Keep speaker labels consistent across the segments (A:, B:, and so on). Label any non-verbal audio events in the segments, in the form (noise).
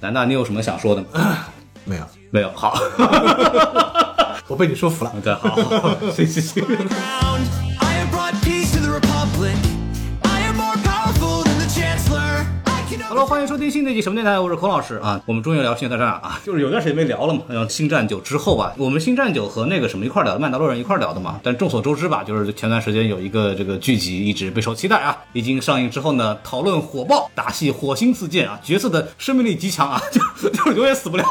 A: 难道你有什么想说的吗？ (laughs)
B: 没有，
A: 没有， (laughs) 好，
B: 我被你说服了。
A: 对，好，好行行行。
C: I have brought peace to the Republic. I am more powerful than the Chancellor. I can
A: Hello，欢迎收听新的一期什么电台，我是孔老师啊。我们终于聊《星球大战》啊，就是有段时间没聊了嘛。然后《星战九》之后啊，我们《星战九》和那个什么一块儿聊的《曼达洛人》一块儿聊的嘛。但众所周知吧，就是前段时间有一个这个剧集一直备受期待啊，一经上映之后呢，讨论火爆，打戏火星四溅啊，角色的生命力极强啊，就 (laughs) 就永远死不了，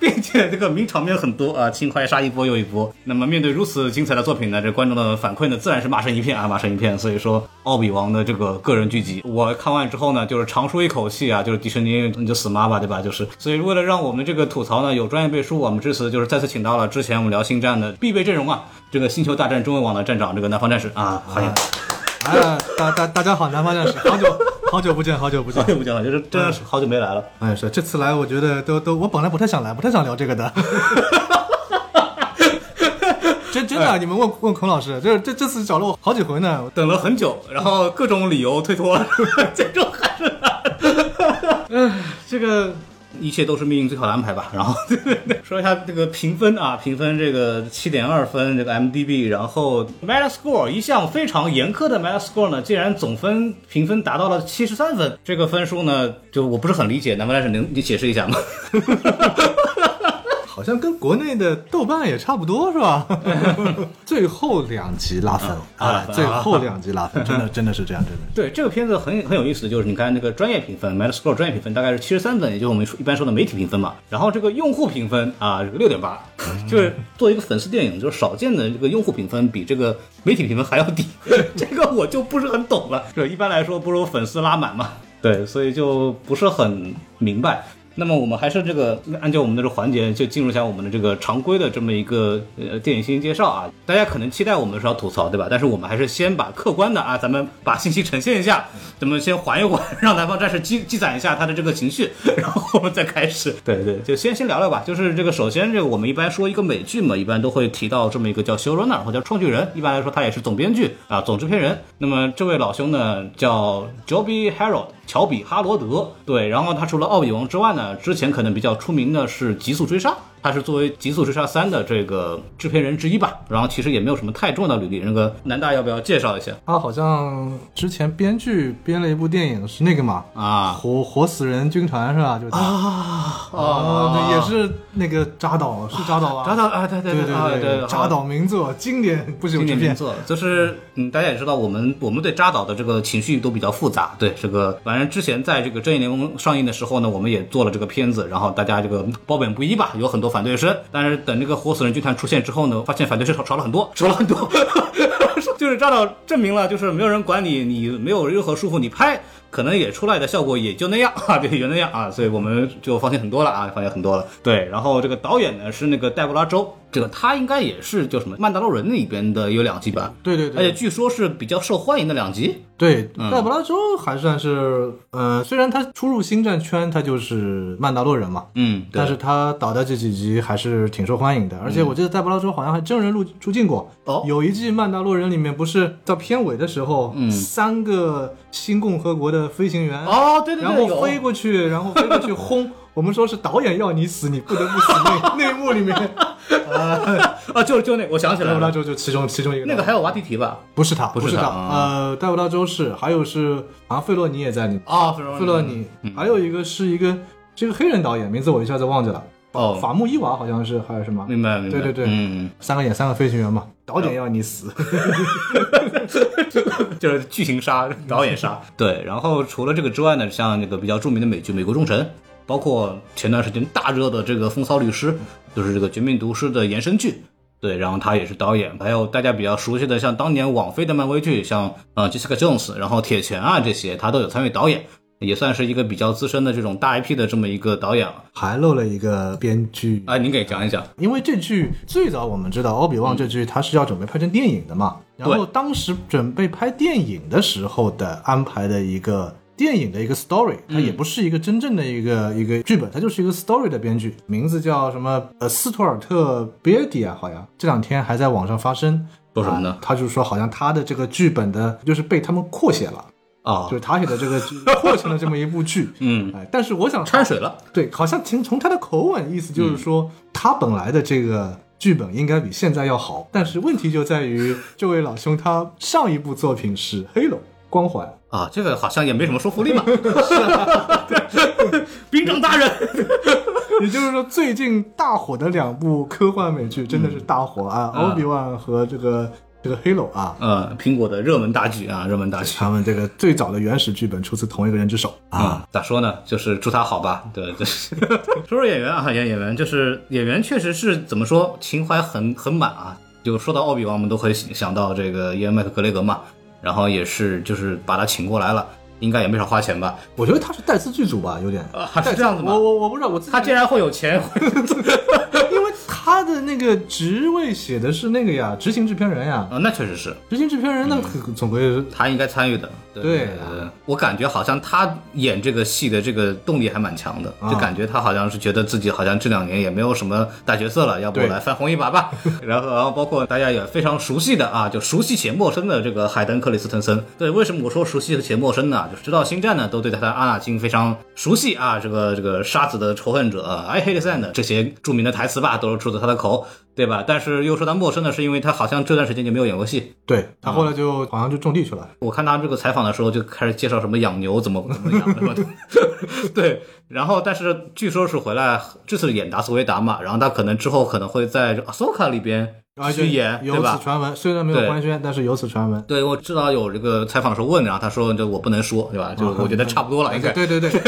A: 并且这个名场面很多啊，轻快杀一波又一波。那么面对如此精彩的作品呢，这观众的反馈呢，自然是骂声一片啊，骂声一片。所以说，奥比王的这个个人剧集，我看完之后呢，就是长舒一口气啊，就是迪士尼你就死妈吧，对吧？就是，所以为了让我们这个吐槽呢有专业背书，我们这次就是再次请到了之前我们聊星战的必备阵容啊，这个星球大战中文网的站长这个南方战士啊，欢迎。
B: 哎，大大大家好，南方战士，好久好久不见，好久不见
A: 好。 (laughs) 久不见了，就是真的是好久没来了。
B: 哎，是这次来，我觉得都都，我本来不太想来，不太想聊这个的。 (laughs) 真真的，你们问问孔老师，这这这次找了我好几回呢。
A: 等了很久，然后各种理由推脱， (laughs) 最终还是来了。唉，这个一切都是命运最好的安排吧。然后 (laughs) 说一下这个评分啊，评分这个七点二分，这个 MDB，然后 Metascore 一项非常严苛的 Metascore 呢，竟然总分评分达到了七十三分，这个分数呢，就我不是很理解，南方战士能你解释一下吗？ (laughs)
B: 好像跟国内的豆瓣也差不多，是吧？ (laughs) 最后两集拉分啊，最后两集拉分，真的真的是这样，真的。
A: 对这个片子很很有意思的就是，你看那个专业评分，Metascore 专业评分大概是七十三分，也就是我们一般说的媒体评分嘛。然后这个用户评分啊，六点八， (laughs) 就是作为一个粉丝电影，就是少见的这个用户评分比这个媒体评分还要低， (laughs) 这个我就不是很懂了。这一般来说不如粉丝拉满嘛，对，所以就不是很明白。那么我们还是这个按照我们的这个环节，就进入一下我们的这个常规的这么一个呃电影信息介绍啊。大家可能期待我们是要吐槽，对吧？但是我们还是先把客观的啊，咱们把信息呈现一下，咱们先缓一缓，让南方战士积积攒一下他的这个情绪， (laughs) 然后我们再开始。对对，就先先聊聊吧。就是这个，首先这个我们一般说一个美剧嘛，一般都会提到这么一个叫 showrunner 或叫创剧人，一般来说他也是总编剧啊，总制片人。那么这位老兄呢，叫 Joby Harold。乔比·哈罗德，对，然后他除了《奥比王》之外呢，之前可能比较出名的是《极速追杀》，他是作为《极速追杀三》的这个制片人之一吧。然后其实也没有什么太重要的履历，那个南大要不要介绍一下
B: 他好像之前编剧编了一部电影，是那个嘛？
A: 啊？
B: 活活死人军团是吧？就啊啊，对，也是那个扎导，是扎导吧？
A: (laughs) 扎导啊，对对
B: 对
A: 啊
B: 对
A: 对，
B: 扎导名作，经典不朽
A: 经
B: 之
A: 典名
B: 片。
A: 作，就是嗯，大家也知道，我们我们对扎导的这个情绪都比较复杂。对这个，反正之前在这个《正义联盟》上映的时候呢，我们也做了这个片子，然后大家这个褒贬不一吧，有很多反对声。但是等这个《活死人军团》出现之后呢，发现反对声少少了很多，少了很多。 (laughs) 就是扎导证明了，就是没有人管你，你没有任何束缚，你拍可能也出来的效果也就那样啊，对，也那样啊，所以我们就放心很多了啊，放心很多了。对，然后这个导演呢是那个戴布拉州，这个他应该也是叫什么《曼达洛人》里边的有两集吧，
B: 对对
A: 而且
B: 对
A: 据说是比较受欢迎的两集。
B: 对，
A: 嗯
B: 戴布拉州还算是呃，虽然他初入星战圈，他就是曼达洛人嘛，
A: 嗯，对嗯
B: 但是他导的这几集还是挺受欢迎的，而且我记得戴布拉州好像还真人录出镜过。
A: 哦
B: 有一季《曼达洛人》里面不是到片尾的时候，
A: 嗯
B: 三个新共和国的飞行员，
A: 哦，对对
B: 然
A: 对，
B: 后飞
A: 有。
B: 过去， (laughs) 然后飞过去轰。我们说是导演要你死，你不得不死那那一
A: (laughs)
B: 幕里面，呃
A: 啊，就就那，我想起
B: 戴
A: 来
B: 布拉
A: 了，
B: 州就其中其中一个。
A: 那个还有瓦蒂提吧？
B: 不是他，不
A: 是他
B: 他，
A: 啊
B: 呃，戴布拉州是，还有是好像费洛尼也在里面，
A: 啊，
B: 费洛尼，还有一个是一个是一个黑人导演，名字我一下子忘记了，
A: 哦，
B: 法穆伊娃好像是还是什么，
A: 明白明白，
B: 对对对
A: 嗯。
B: 三个演三个飞行员嘛，导演要你
A: 哦
B: 死。
A: (laughs) 就是剧情杀、导演杀。 (laughs) 对，然后除了这个之外呢，像那个比较著名的美剧《美国众神》，包括前段时间大热的这个《风骚律师》，就是这个《绝命毒师》的延伸剧。对，然后他也是导演，还有大家比较熟悉的像当年网飞的漫威剧，像呃 Jessica Jones，然后铁拳啊这些，他都有参与导演，也算是一个比较资深的这种大 IP 的这么一个导演了。
B: (laughs) 还漏了一个编剧，
A: 哎，您给讲一讲。
B: 因为这剧最早我们知道《奥比
A: 嗯
B: 旺》这剧它是要准备拍成电影的嘛，然后当时准备拍电影的时候的安排的一个。电影的一个 story，它
A: 嗯
B: 也不是一个真正的一个、一个剧本，它就是一个 story 的编剧，名字叫什么？呃，斯图尔特·别迪啊，好像这两天还在网上发声，
A: 说什么呢
B: 啊他就说好像他的这个剧本的，就是被他们扩写了。
A: 啊
B: 就是他写的这个
A: (laughs)
B: 扩成了这么一部剧。
A: 嗯，
B: 哎，但是我想
A: 掺水了。
B: 对，好像听从他的口吻意思就是说，
A: 嗯
B: 他本来的这个剧本应该比现在要好，但是问题就在于这位老兄他上一部作品是《黑龙
A: (laughs)
B: 光环》，
A: 啊，这个好像也没什么说服力嘛。 (laughs) 兵长大人，
B: 也就是说最近大火的两部科幻美剧真的是大火啊，
A: 嗯
B: 奥比万》和这个这个《黑龙》啊。
A: 呃，苹果的热门大剧啊，热门大剧。
B: 他们这个最早的原始剧本出自同一个人之手啊，
A: 啊、咋说呢？就是祝他好吧。对，就是 (laughs) 说说演员啊，演演员就是演员，确实是怎么说，情怀很很满啊。就说到奥比王，我们都会想到这个伊恩麦克格雷格嘛，然后也是就是把他请过来了，应该也没少花钱吧？
B: 我觉得他是带资剧组吧，有点
A: 啊，是这样子吗
B: 我？我我不知道，我自己
A: 他竟然会 (laughs) 有钱，
B: 因为他的那个职位写的是那个呀，执行制片人呀，
A: 啊，那确实是
B: 执行制片人那可总归是
A: 他应该参与的。对
B: 对啊
A: 我感觉好像他演这个戏的这个动力还蛮强的，
B: 啊
A: 就感觉他好像是觉得自己好像这两年也没有什么大角色了，要不
B: 对
A: 来翻红一把
B: (laughs)
A: 吧。然后，然后包括大家也非常熟悉的啊，就熟悉且陌生的这个海登·克里斯滕森。对，为什么我说熟悉且陌生呢？就是知道《星战》呢，都对他的阿纳金非常熟悉啊，这个这个杀子的仇恨者啊，I hate Sand 这些著名的台词吧，都是出自他的口，对吧？但是又说他陌生呢，是因为他好像这段时间就没有演过戏。
B: 对他后来就好像就种地去了，
A: 我看他这个采访的时候，就开始介绍什么养牛怎么怎么养，是吧？ (laughs) 对，然后但是据说是回来这次演达斯维达嘛，然后他可能之后可能会在《阿索卡》里边
B: 而且
A: 去演，对
B: 有
A: 吧
B: 此？传闻，虽然没有
A: 对
B: 官宣，但是有此传闻。
A: 对，我知道有这个采访的时候问，然后他说就我不能说，对吧？就我觉
B: (laughs)
A: 得差不多了，应该。
B: 对
A: (laughs)
B: 对对，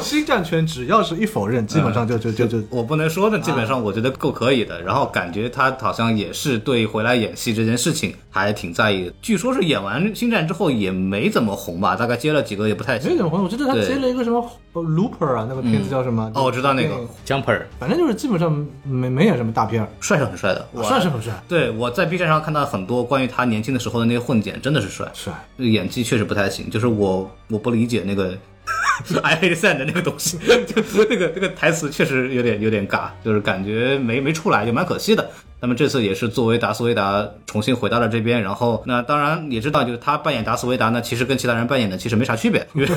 B: 星战圈只要是一否认，基本上就就就就
A: 我不能说的，基
B: 啊
A: 本上我觉得够可以的。然后感觉他好像也是对回来演戏这件事情还挺在意的。据说是演完《星战》之后也没怎么红吧，大概接了几个也不太
B: 没
A: 行
B: 怎。么红。我记得他
A: 对
B: 接了一个什么呃 Looper 啊，那个片子叫什么？
A: 哦，我知道那个
B: 电影
A: Jumper，
B: 反正就是基本上没没演什么大片儿，啊
A: 帅是很帅的，
B: 算是不是？
A: 对，我在 B 站上看到很多关于他年轻的时候的那些混剪，真的是帅，
B: 帅，
A: 演技确实不太行。就是我我不理解那个 (laughs) I hate sand 的那个东西，就那个那个台词确实有点有点尬，就是感觉没没出来，就蛮可惜的。那么这次也是作为达斯维达重新回到了这边，然后那当然也知道，就是他扮演达斯维达呢，其实跟其他人扮演的其实没啥区别，因为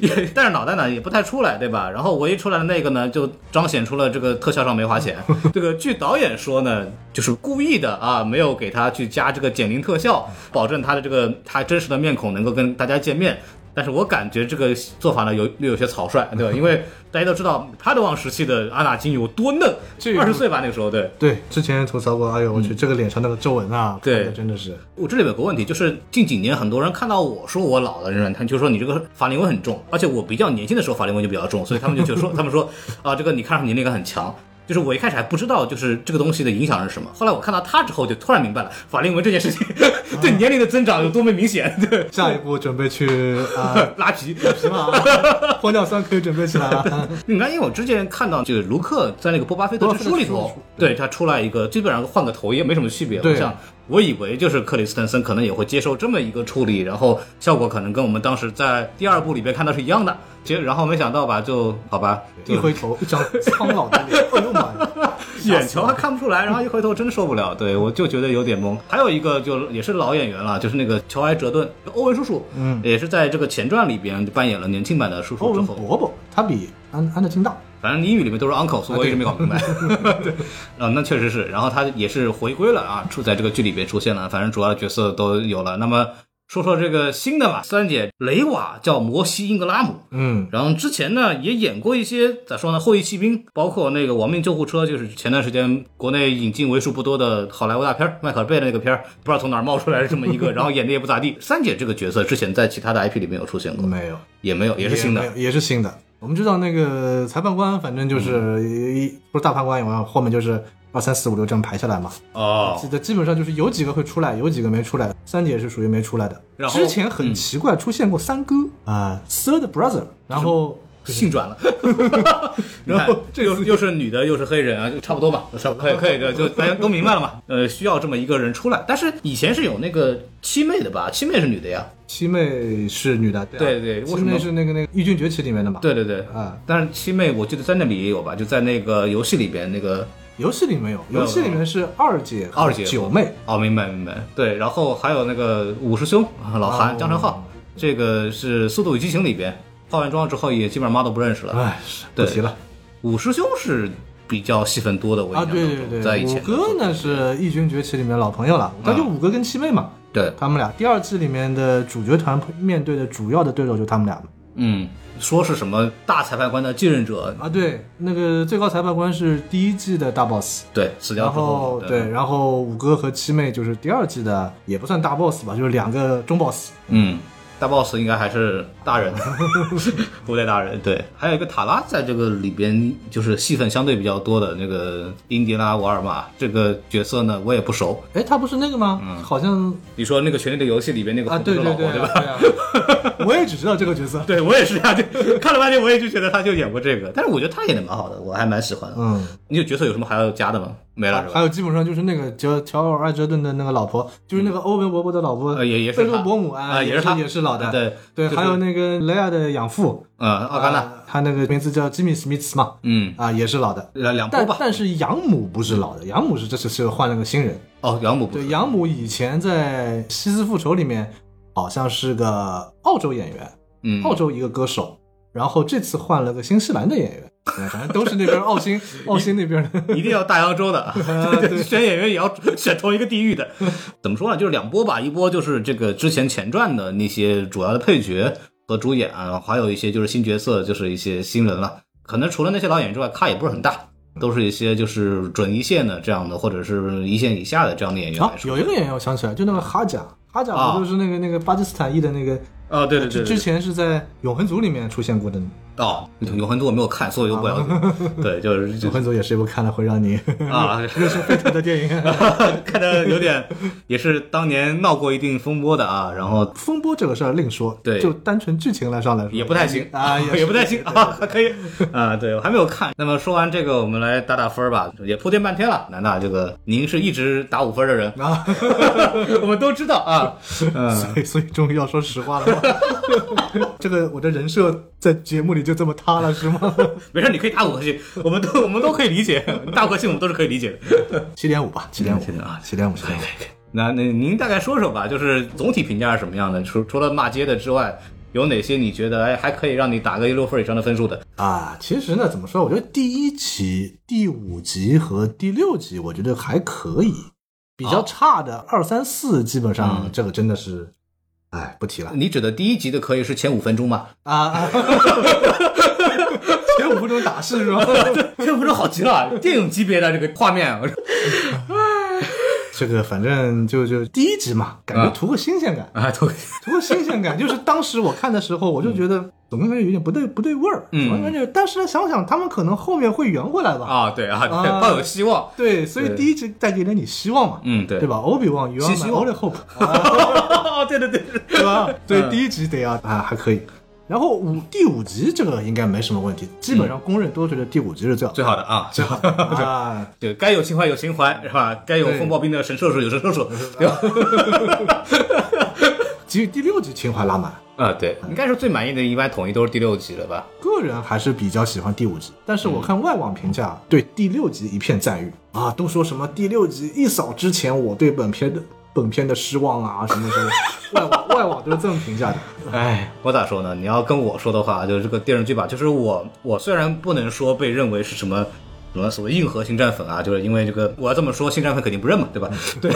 A: 也但是脑袋呢也不太出来，对吧？然后唯一出来的那个呢，就彰显出了这个特效上没花钱。这个据导演说呢，就是故意的啊，没有给他去加这个减龄特效，保证他的这个他真实的面孔能够跟大家见面。但是我感觉这个做法呢，有略有些草率，对吧？因为大家都知道帕德旺时期的阿纳金有多嫩
B: 这，个
A: 二十岁吧那个时候，对。
B: 对，之前吐槽过，哎呦我去，这个脸上那个皱纹啊，
A: 对
B: 看着真的是，
A: 我这里面有个问题，就是近几年很多人看到我说我老了，人他就说你这个法令纹很重，而且我比较年轻的时候法令纹就比较重，所以他们就觉得说他们说啊、这个你看上去年龄感很强。就是我一开始还不知道，就是这个东西的影响是什么。后来我看到他之后，就突然明白了法令纹这件事情 (laughs) 对年龄的增长有多么明显。对，
B: 下一步准备去啊。
A: (laughs) 拉皮。
B: 行吗？ (laughs) 玻尿酸可以准备起来了。
A: 你看，因为我之前看到就是卢克在那个《波巴菲特之书》里
B: 波巴
A: 头
B: 菲特之书，
A: 对他出来一个，基本上换个头也没什么区别。
B: 对
A: 我想，我以为就是克里斯滕森可能也会接受这么一个处理，然后效果可能跟我们当时在第二部里边看到是一样的。结然后没想到吧，就好吧，就
B: 一回头，一张苍老的脸，哎呦妈呀！
A: 眼球还看不出来，然后一回头真受不了，对我就觉得有点懵。还有一个就也是老演员了，就是那个乔埃哲顿，欧文叔叔，嗯，也是在这个前传里边扮演了年轻版的叔
B: 欧
A: 叔之
B: 文
A: 后，
B: 伯伯他比安安德金大，
A: 反正英语里面都是 uncle，所以我
B: 啊
A: 一直没搞
B: (laughs)
A: 明白。对，啊，那确实是。然后他也是回归了啊，出在这个剧里边出现了，反正主要的角色都有了。那么说说这个新的吧，三姐雷瓦叫摩西·英格拉姆。
B: 嗯，
A: 然后之前呢也演过一些咋说呢，后裔骑兵，包括那个《亡命救护车》，就是前段时间国内引进为数不多的好莱坞大片儿，迈克尔贝的那个片儿，不知道从哪儿冒出来的这么
B: (laughs)
A: 一个，然后演的也不咋地。三姐这个角色之前在其他的 IP 里面有出现过，
B: 没有，
A: 也没有，也是新的
B: 没。有，也是新的。我们知道那个裁判官，反正就是一除了大法官以外，后面就是二三四五六这样排下来嘛。
A: 哦
B: 记，得基本上就是有几个会出来，有几个没出来。三姐是属于没出来的。
A: 然后
B: 之前很奇怪出现过三哥啊，Third Brother，然后
A: 性转 (laughs) 了，然后这又又是女的，又是黑人啊，就差不多吧，差不多，可以可以，可以就大家都明白了嘛。呃，需要这么一个人出来，但是以前是有那个七妹的吧？七妹是女的呀，
B: 七妹是女的，对啊
A: 对对为
B: 七
A: 什么
B: 妹是那个那个《御剑崛起》里面的嘛。
A: 对对对，
B: 啊，
A: 但是七妹我记得在那里也有吧，就在那个游戏里边那个
B: 游戏里没有，
A: 没有
B: 游戏里面是二姐、
A: 二姐哦
B: 九妹，
A: 哦，明白明白，对，然后还有那个五师兄啊老韩、
B: 哦
A: 江晨浩，这个是《速度与激情》里边化完妆之后也基本上妈都不认识了。
B: 哎，是不提了
A: 五师兄是比较戏份多的，我印
B: 啊！
A: 象
B: 对
A: 当
B: 对
A: 中，
B: 对，
A: 在以前
B: 五
A: 的
B: 哥呢是《异军崛起》里面的老朋友了，他就五哥跟七妹嘛，
A: 对，
B: 他们俩第二季里面的主角团面对的主要的对手就他们俩嘛。
A: 嗯，说是什么大裁判官的继任者，
B: 啊，对，那个最高裁判官是第一季的大 boss，
A: 对，死掉
B: 然
A: 之后
B: 后，哦对，然后五哥和七妹就是第二季的，也不算大 boss 吧，就是两个中 boss。 (laughs)
A: 嗯，大 boss 应该还是大人， (laughs) 古代大人。对，还有一个塔拉在这个里边就是戏份相对比较多的那个英迪拉瓦尔玛这个角色呢，我也不熟。
B: 哎，他不是那个吗？好像
A: 你说那个《权力的游戏》里边那个
B: 啊，
A: 红头
B: 对
A: 老婆
B: 对对
A: 对吧？
B: 啊对啊 (laughs) 我也只知道这个角色。
A: (laughs) 对我也是啊，就看了半天，我也就觉得他就演过这个，但是我觉得他演的蛮好的，我还蛮喜欢的。
B: 嗯，
A: 你有角色有什么还要加的吗？没了是
B: 还
A: 吧？
B: 有基本上就是那个乔乔尔艾哲顿的那个老婆，就是那个欧文伯伯的老婆，
A: 呃也也是
B: 贝洛
A: 他
B: 伯母
A: 啊也
B: 也
A: 是他
B: 也是老的，
A: 对
B: 对，
A: 就是
B: 还有那个雷亚的养父，
A: 嗯，奥甘纳，
B: 啊他那个名字叫吉米史密斯嘛，
A: 嗯，
B: 啊，也是老的。
A: 两两波
B: 但
A: 吧。
B: 但是养母不是老的，养母是这次是换了个新人。
A: 哦，养母不
B: 对，
A: 是
B: 养母以前在《西斯复仇》里面好像是个澳洲演员，
A: 嗯，
B: 澳洲一个歌手，然后这次换了个新西兰的演员，对反正都是那边澳新澳新那边的。
A: 一定要大洋洲的，啊
B: (laughs) 啊
A: 选演员也要选同一个地域的。怎么说呢？就是两波吧，一波就是这个之前前传的那些主要的配角和主演啊，还有一些就是新角色，就是一些新人了。可能除了那些老演员之外，咖也不是很大，
B: 嗯
A: 都是一些就是准一线的这样的，或者是一线以下的这样的演员
B: 啊
A: 来，说。
B: 有一个演员我想起来，就那个哈贾，哈贾
A: 啊
B: 不就是那个那个巴基斯坦裔的那个，
A: 啊，对对
B: 就之前是在《永恒族》里面出现过的，《
A: 哦，永恒族我没有看，所以我就不了解。
B: 啊
A: 对，就是就
B: 永恒族》也是一部看了会让你
A: 啊，
B: 热血沸腾的电影。
A: (laughs) 看的有点也是当年闹过一定风波的啊，然后
B: 风波这个事儿另说，
A: 对
B: 就单纯剧情来上来说
A: 也不太行
B: 啊，
A: (laughs) 也
B: 是，
A: 不太行啊，可以啊，对我还没有看。那么说完这个，我们来打打分儿吧，也铺垫半天了。南大，这个您是一直打五分的人
B: (laughs)
A: (laughs)
B: 啊，
A: 我们都知道啊。嗯，
B: (laughs) 所以所以终于要说实话了 (laughs) 吗？这个我的人设在节目里就这么塌了是吗？
A: 没事，你可以打五颗星，我们都我们都可以理解，打五颗星我们都是可以理解的。
B: 七点五吧，七点五
A: 7.5啊
B: 七点五，七点五。
A: 那那您大概说说吧，就是总体评价是什么样的？除除了骂街的之外，有哪些你觉得哎还可以让你打个六分以上的分数的？
B: 啊，其实呢，怎么说？我觉得第一集、第五集和第六集，我觉得还可以。比较差的二三四，基本上这个真的是，哎，不提了
A: 你指的第一集的可以是前五分钟吗？
B: 啊啊！ (laughs) 前五分钟打是吗？
A: 前五分钟好极了，电影级别的这个画面啊，
B: (laughs) 这个反正就就第一集嘛，感觉
A: 啊
B: 图个新鲜感，
A: 啊对。
B: 图个新鲜感。就是当时我看的时候，我就觉得总感觉有点不对不对味儿，
A: 嗯
B: 总感觉。但是呢，想想他们可能后面会圆回来吧。
A: 啊，对啊，对，
B: 啊
A: 抱有希望。
B: 对，所以
A: 对
B: 第一集带给了你希望嘛，
A: 嗯对
B: 对吧？Obi Wan You
A: 新
B: Are My
A: 希望
B: Only Hope，
A: 哦，对对对，
B: (laughs) 对吧？对，
A: 嗯
B: 第一集得要啊还可以。然后五第五集这个应该没什么问题，基本上公认都觉得第五集是最好的
A: 嗯最好的啊，
B: 最好的啊。
A: 对，该有情怀有情怀是吧？该有
B: 对
A: 风暴兵的神射手有神射手，对吧？
B: 其实第六集情怀拉满，
A: 啊，对，应该是最满意的，一般统一都是第六集了吧？
B: 个人还是比较喜欢第五集，但是我
A: 嗯
B: 看外网评价对第六集一片赞誉啊，都说什么第六集一扫之前我对本片的本片的失望啊什么什么， (laughs) 外网外网都是这么评价的。
A: 哎，我咋说呢？你要跟我说的话，就是这个电视剧吧，就是我我虽然不能说被认为是什么。什么所谓硬核星战粉啊，就是因为这个，我要这么说，星战粉肯定不认嘛，对吧？对，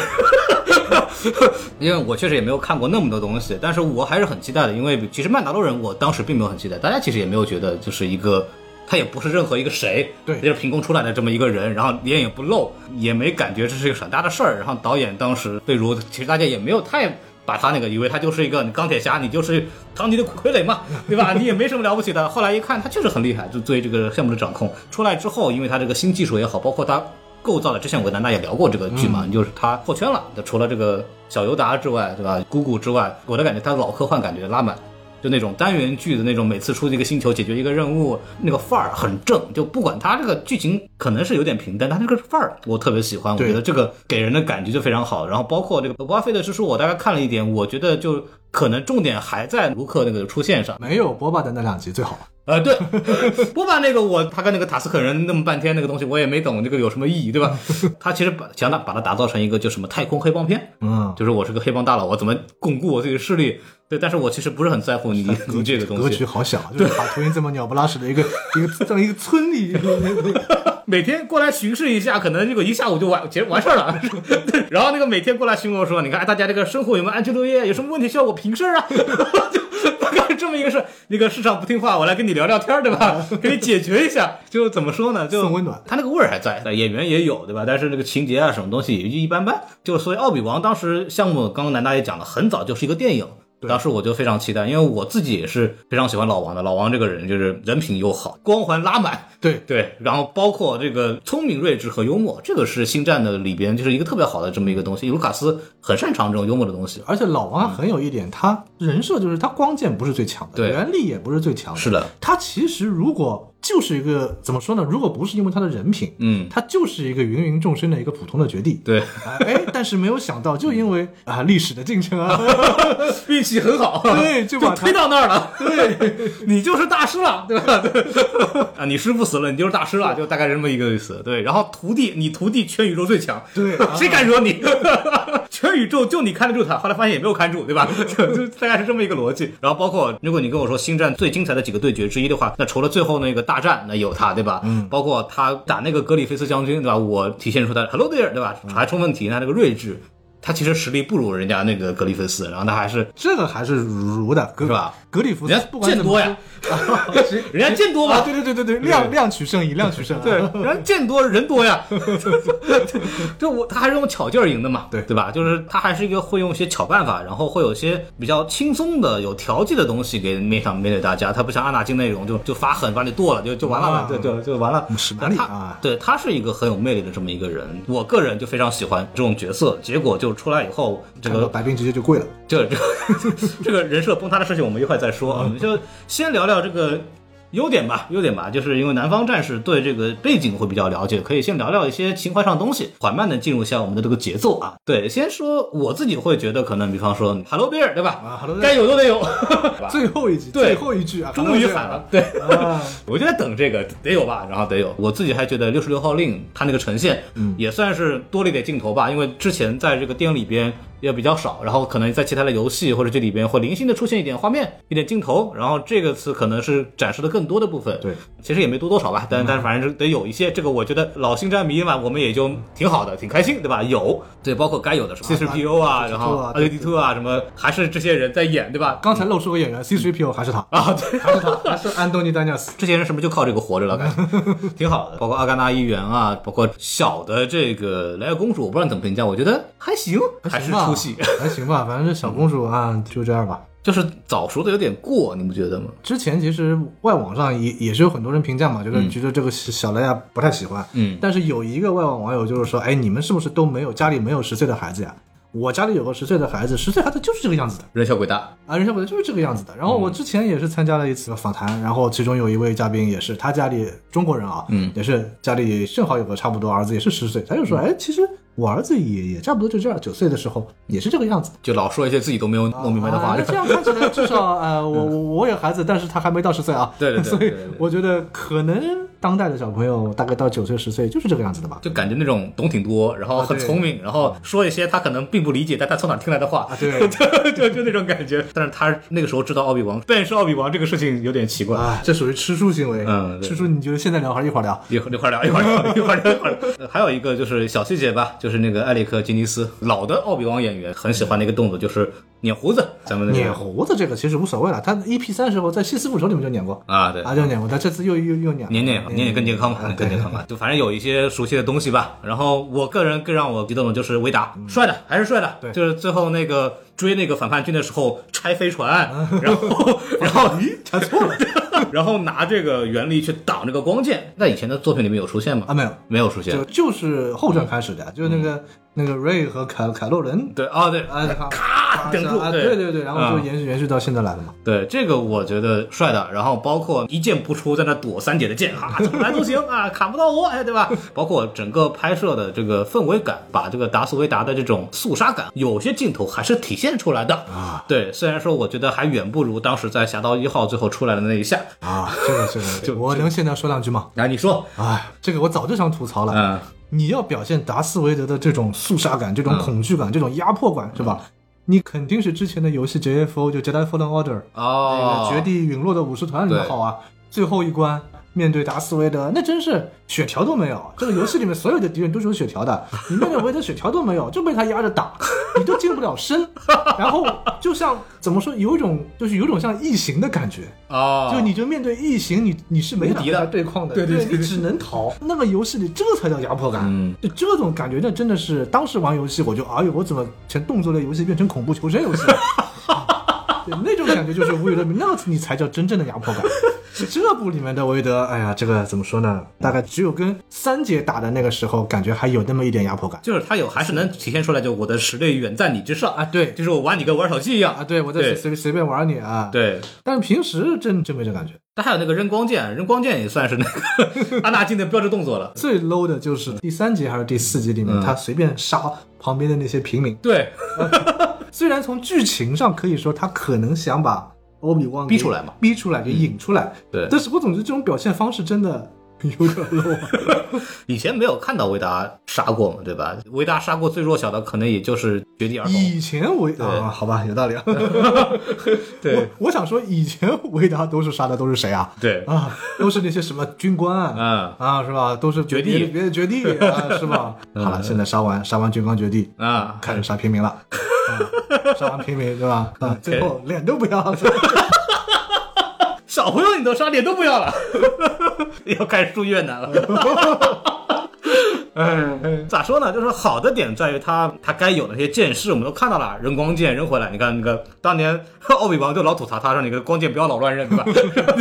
A: (laughs) 因为我确实也没有看过那么多东西，但是我还是很期待的。因为其实《曼达洛人》我当时并没有很期待，大家其实也没有觉得就是一个，他也不是任何一个谁，
B: 对
A: 就是凭空出来的这么一个人，然后脸也不露，也没感觉这是一个很大的事儿。然后导演当时对如，其实大家也没有太。把他那个以为他就是一个钢铁侠，你就是唐尼的傀儡嘛，对吧？你也没什么了不起的。后来一看，他确实很厉害，就对这个项目的掌控。出来之后，因为他这个新技术也好，包括他构造的，之前我跟南大也聊过这个剧嘛，就是他破圈了。除了这个小尤达之外，对吧？姑姑之外，我的感觉他老科幻感觉拉满，就那种单元剧的那种，每次出一个星球解决一个任务，那个范儿很正。就不管他这个剧情可能是有点平淡，但那个范儿我特别喜欢，我
B: 对
A: 觉得这个给人的感觉就非常好。然后包括这个巴菲特之书，我大概看了一点，我觉得就可能重点还在卢克那个出现上。
B: 没有波霸的那两集最好。
A: 呃，对， (laughs) 波霸那个我他跟那个塔斯克人弄半天那个东西，我也没懂这个有什么意义，对吧？ (laughs) 他其实把想打把它打造成一个就什么太空黑帮片，
B: 嗯，
A: 就是我是个黑帮大佬，我怎么巩固我自己的势力？对，但是我其实不是很在乎你你这个东
B: (laughs) 格
A: 西
B: 局。好小，啊，就是把秃鹰这么鸟不拉屎
A: (laughs)
B: 的一个一个这么一个村里， (laughs)
A: 每天过来巡视一下，可能这个一下午就完结完事儿了。 (laughs) 然后那个每天过来巡逻说，你看哎大家这个生活有没有安居乐业，有什么问题需要我评事儿啊？ (laughs) 就大概是这么一个事儿，那个市场不听话，我来跟你聊聊天儿，对
B: (laughs)
A: 吧？给你解决一下。就怎么说呢？就
B: 送温暖
A: 他那个味儿还在，演员也有，对吧？但是那个情节啊，什么东西也就一般般。就是所以《奥比王》当时项目，刚刚南大也讲了，很早就是一个电影。当时我就非常期待，因为我自己也是非常喜欢老王的。老王这个人就是人品又好，光环拉满，
B: 对，
A: 对，然后包括这个聪明、睿智和幽默，这个是《星战》的里边就是一个特别好的这么一个东西。卢卡斯很擅长这种幽默的东西。
B: 而且老王很有一点，他人设就是他光剑不是最强的，
A: 对
B: 原力也不是最强的，
A: 是的，
B: 他其实如果就是一个怎么说呢？如果不是因为他的人品，
A: 嗯
B: 他就是一个芸芸众生的一个普通的绝地，
A: 对，嗯
B: 哎， (laughs) 哎，但是没有想到，就因为啊历史的进程啊，
A: (laughs) (laughs) 运气很好，
B: 对就
A: 就
B: 把他
A: 推到那儿了。对，你就是大师了，对吧？对 (laughs) 啊，你师傅死了，你就是大师了，就大概是这么一个意思。对，然后徒弟，你徒弟全宇宙最强，
B: 对
A: (laughs) 谁敢惹你？全宇宙就你看得住他，后来发现也没有看住，对吧？ (laughs) 就就大概是这么一个逻辑。然后包括如果你跟我说星战最精彩的几个对决之一的话，那除了最后那个大战，那有他，对吧？嗯，包括他打那个格里菲斯将军，对吧？我体现出他 Hello there，对吧？查出问题，他那个睿智。他其实实力不如人家那个格里菲斯，然后他还是
B: 这个还是如的，格
A: 是吧？
B: 格里夫斯
A: 人家
B: 不管怎么
A: 见多呀
B: 说， (laughs) 谁
A: (laughs) 人家见多吧
B: 啊对对对对对，量量取胜，以量取胜啊，
A: 对，人家见多人多呀， (laughs) 这我他还是用巧劲儿赢的嘛，
B: 对
A: 对吧？就是他还是一个会用一些巧办法，然后会有一些比较轻松的、有调剂的东西给面向面对大家。他不像阿纳金那种就就发狠把你剁了就就完了嘛
B: 啊，
A: 对对就完了。
B: 史
A: 那
B: 达利
A: 他
B: 啊
A: 对他是一个很有魅力的这么一个人，我个人就非常喜欢这种角色。结果就出来以后，这
B: 看到
A: 个
B: 白冰直接就跪了。
A: 这 (laughs) 这这个人设崩塌的事情，我们一会儿再说
B: 嗯
A: 啊。我们就先聊聊这个优点吧，优点吧，就是因为南方战士对这个背景会比较了解，可以先聊聊一些情怀上的东西，缓慢的进入一下我们的这个节奏啊。对，先说我自己会觉得，可能比方说嗯 Hello Bear 对吧？
B: 啊，Hello Bear
A: 该有都得有，
B: 最后一集，
A: 对
B: 最后一句啊，
A: (laughs) 终于喊了，对。
B: 喊到这儿了。啊
A: 我就在等这个得有吧，然后得有。我自己还觉得六十六号令它那个呈现，嗯，也算是多了一点镜头吧，因为之前在这个电影里边也比较少，然后可能在其他的游戏或者这里边会零星的出现一点画面、一点镜头，然后这个词可能是展示的更多的部分。
B: 对，
A: 其实也没多多少吧，但但是反正是得有一些。这个我觉得老星战迷嘛，我们也就挺好的，挺开心，对吧？有，对，包括该有的什么 C 3 P O 啊，然后
B: R2D2 啊
A: R 2 D 2啊，什么还是这些人在演，对吧？
B: 刚才露出个演员 C 3 P O 还是他，
A: 啊，对。
B: 还是他，还是安东尼丹尼尔斯。
A: 这些人是不是就靠这个活着了？感觉
B: (laughs)
A: 挺好的，包括阿甘娜议员啊，包括小的这个莱娅公主，我不知道你怎么评价，我觉得还行，还是
B: 行吧
A: 出戏，
B: 还行吧，反正这小公主啊，就这样吧。
A: 就是早熟的有点过，你不觉得吗？
B: 之前其实外网上也也是有很多人评价嘛，就是
A: 嗯
B: 觉得这个小莱娅不太喜欢。
A: 嗯
B: 但是有一个外网网友就是说，哎，你们是不是都没有家里没有十岁的孩子呀？我家里有个十岁的孩子，十岁孩子就是这个样子的。
A: 人小鬼大，
B: 啊，人生本来就是这个样子的。然后
A: 嗯
B: 我之前也是参加了一次访谈，然后其中有一位嘉宾也是他家里中国人啊，
A: 嗯
B: 也是家里正好有个差不多儿子，也是十岁，他就说，哎，其实我儿子也也差不多就这样，九岁的时候也是这个样子。
A: 就老说一些自己都没有弄明白的
B: 啊
A: 话，
B: 那这样看起来至少呃，我我我有孩子，但是他还没到十岁啊。
A: 对对对对对
B: (laughs) 所以我觉得可能当代的小朋友大概到九岁十岁就是这个样子的吧。
A: 就感觉那种懂挺多，然后很
B: 啊对
A: 聪明，然后说一些他可能并不理解，但他从哪儿听来的话，
B: 啊对
A: 就 (laughs) 就就那种感觉。但是他那个时候知道奥比王，但是奥比王这个事情有点奇怪，
B: 啊，这属于吃醋行为。
A: 嗯对
B: 吃醋，你觉得现在聊还是一会儿聊？
A: 一会儿一会儿聊，一会儿 (laughs) 聊，一会儿聊，一会儿聊。呃还有一个就是小细节吧，就是那个埃里克金尼斯，老的奥比王演员很喜欢的一个动作，就是捻胡子。咱们那个
B: 撵胡子这个其实无所谓了，他 EP 三时候在《西斯复仇》里面就撵过。
A: 啊，对，
B: 啊，就撵嗯啊过，他这次又又又撵了，
A: 年年也好，年年更健康吧，更健康吧，就反正有一些熟悉的东西吧。然后我个人更让我激动的就是维达，帅的还是帅的，
B: 嗯对
A: 就是最后那个追那个反叛军的时候拆飞船，然
B: (laughs)
A: 后然后咦
B: 嗯他错了
A: (laughs) 然后拿这个原力去挡这个光剑，在以前的作品里面有出现吗？
B: 啊，没有，
A: 没有出现
B: 就，就是后传开始的，就是那个那个瑞和凯凯洛人
A: 嗯对啊，对
B: 啊，
A: 咔顶住
B: 啊，
A: 对
B: 对对对，然后
A: 嗯
B: 就延续延续到现在来了嘛。
A: 对这个我觉得帅的，然后包括一剑不出，在那躲三姐的剑啊，怎么来都行啊，砍不到我，哎，对吧？包括整个拍摄的这个氛围感，把这个达斯维达的这种肃杀感，有些镜头还是体现出来的
B: 啊。
A: 对，虽然说我觉得还远不如当时在《侠盗一号》最后出来的那一下。
B: 啊，这个
A: (laughs)
B: 这个，我能现在说两句吗？
A: 啊，你说，
B: 哎，这个我早就想吐槽了。
A: 嗯，嗯
B: 你要表现达斯维德的这种肃杀感、这种恐惧感、这种压迫感，是吧？你肯定是之前的游戏 JFO 就 Jedi Fallen Order
A: 哦，
B: 绝地陨落的武士团里面好啊，最后一关面对达斯维德，那真是血条都没有。这个游戏里面所有的敌人都是有血条的，你面对维德血条都没有，就被他压着打，你都近不了身。然后就像怎么说，有一种就是有一种像异形的感觉，
A: 哦，
B: 就你就面对异形，你你是没
A: 无
B: 法
A: 敌
B: 跟他
A: 的
B: 对抗的，
A: 对对
B: 对
A: 对
B: 你只能逃。那个游戏里这才叫压迫感，
A: 嗯
B: 就这种感觉，那真的是当时玩游戏我就哎呦，我怎么从动作类游戏变成恐怖求生游戏 (laughs) 了？对，那种感觉就是无与伦比，那你才叫真正的压迫感。这部里面的韦德，哎呀，这个怎么说呢？大概只有跟三姐打的那个时候，感觉还有那么一点压迫感
A: 就是他有还是能体现出来，就我的实力远在你之上哎
B: 啊。，对
A: 就是我玩你跟玩手机一样
B: 啊，对我在
A: 对
B: 随随便玩你啊，。
A: 对，
B: 但是平时真真没这感觉。
A: 但还有那个扔光剑，扔光剑也算是那个 (laughs) 阿纳金的标志动作了。
B: 最 low 的就是第三集还是第四集里面，
A: 嗯
B: 他随便杀旁边的那些平民。 (laughs)
A: 对，
B: 虽然从剧情上可以说他可能想把欧比旺给
A: 逼出来嘛，
B: 逼出来给引出来，
A: 嗯对
B: 但是我总觉得这种表现方式真的有点
A: (laughs)
B: low 啊。
A: 以前没有看到维达杀过嘛，对吧？维达杀过最弱小的，可能也就是绝地儿童。
B: 以前维啊，好吧，有道理啊。
A: (laughs) 对
B: (laughs) 我我想说，以前维达都是杀的都是谁啊？
A: 对，
B: 啊，都是那些什么军官啊，
A: 嗯
B: 啊是吧？都是
A: 绝地嗯
B: 别的别的绝地
A: (laughs)
B: 啊，是吧？好了，现在杀完杀完军官绝地，
A: 啊，
B: 开始杀平民了，啊、杀完平民对吧？ (laughs) 啊，最后脸都不要了，
A: 小朋友你都杀，脸都不要了， (laughs) 要开始住越南了。
B: (laughs)
A: 哎，咋说呢？就是好的点在于他他该有的那些剑士我们都看到了，扔光剑扔回来。你看那个当年 (laughs) 奥比王就老吐槽他说：“你个光剑不要老乱扔，对吧？”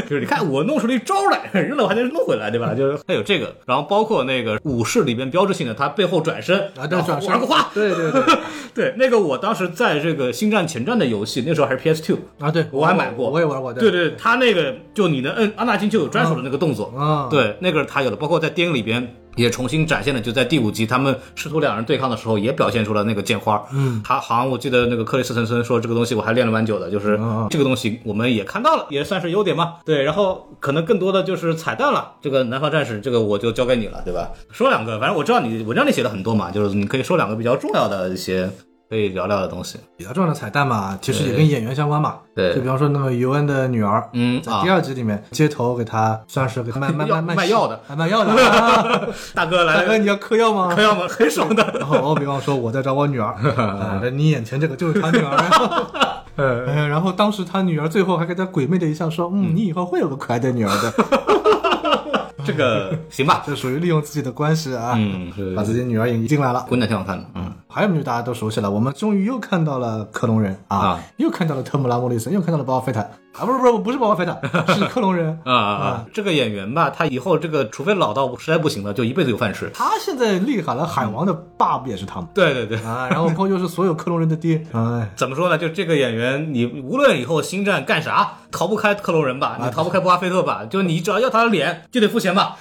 A: (laughs) 就是你看我弄出了一招来，扔了我还能弄回来，对吧？就是 (laughs) 他有这个，然后包括那个武士里边标志性的，他背后转身，
B: 啊对
A: 然后
B: 转身
A: 玩个花，
B: 对对对
A: (laughs) 对，那个我当时在这个《星战前传》的游戏，那时候还是 PS Two，
B: (laughs) 啊，对
A: 我还买过，
B: 我也玩过，
A: 对
B: 对
A: 对，他那个就你能摁阿纳金就有专属的那个动作，
B: 啊，，
A: 对，那个是他有的，包括在电影里边。也重新展现了，就在第五集他们师徒两人对抗的时候，也表现出了那个剑花。嗯，他好像我记得那个克里斯滕森说这个东西我还练了蛮久的，就是
B: 嗯嗯
A: 这个东西我们也看到了，也算是优点嘛。对，然后可能更多的就是彩蛋了。这个南方战士这个我就交给你了，对吧？说两个，反正我知道你文章里写了很多嘛，就是你可以说两个比较重要的一些可以聊聊的东西。
B: 比较重要的彩蛋嘛，其实也
A: 对
B: 跟演员相关嘛，
A: 对
B: 就比方说那个尤恩的女儿，
A: 嗯
B: 在
A: 啊
B: 第二集里面，街头给他算是 (laughs) 给他卖卖
A: 药
B: 卖
A: 卖药的
B: 啊卖药的，啊 (laughs)
A: 大哥来，
B: 大哥你要嗑药吗
A: 朋？友们很爽的。
B: 然后奥比旺说：“我在找我 (laughs) 女儿。啊”那你眼前这个就是他女儿 (laughs) 啊。哎然后当时他女儿最后还给他鬼魅的一笑，说：“嗯，你以后会有个可爱的女儿 (laughs) 的。”
A: (laughs) 这个行吧，
B: 这属于利用自己的关系啊，
A: 嗯，是
B: 把自己女儿引进来了。
A: 滚蛋挺好看的，嗯，
B: 还有一幕就大家都熟悉了，我们终于又看到了克隆人啊，
A: 啊
B: 又看到了特姆拉莫里森，又看到了鲍菲特啊，不是不是不是鲍菲 (laughs) 特，是克隆人。
A: 啊啊，这个演员吧，他以后这个除非老到实在不行了，就一辈子有饭吃。
B: 他现在厉害了，海王的爸不也是他吗？
A: 对对对。
B: 啊，然后后又是所有克隆人的爹， (laughs) 哎，
A: 怎么说呢？就这个演员，你无论以后星战干啥，逃不开克隆人吧，你逃不开布拉菲特吧，就你只要要他的脸，就得付钱吧。 (laughs) 啊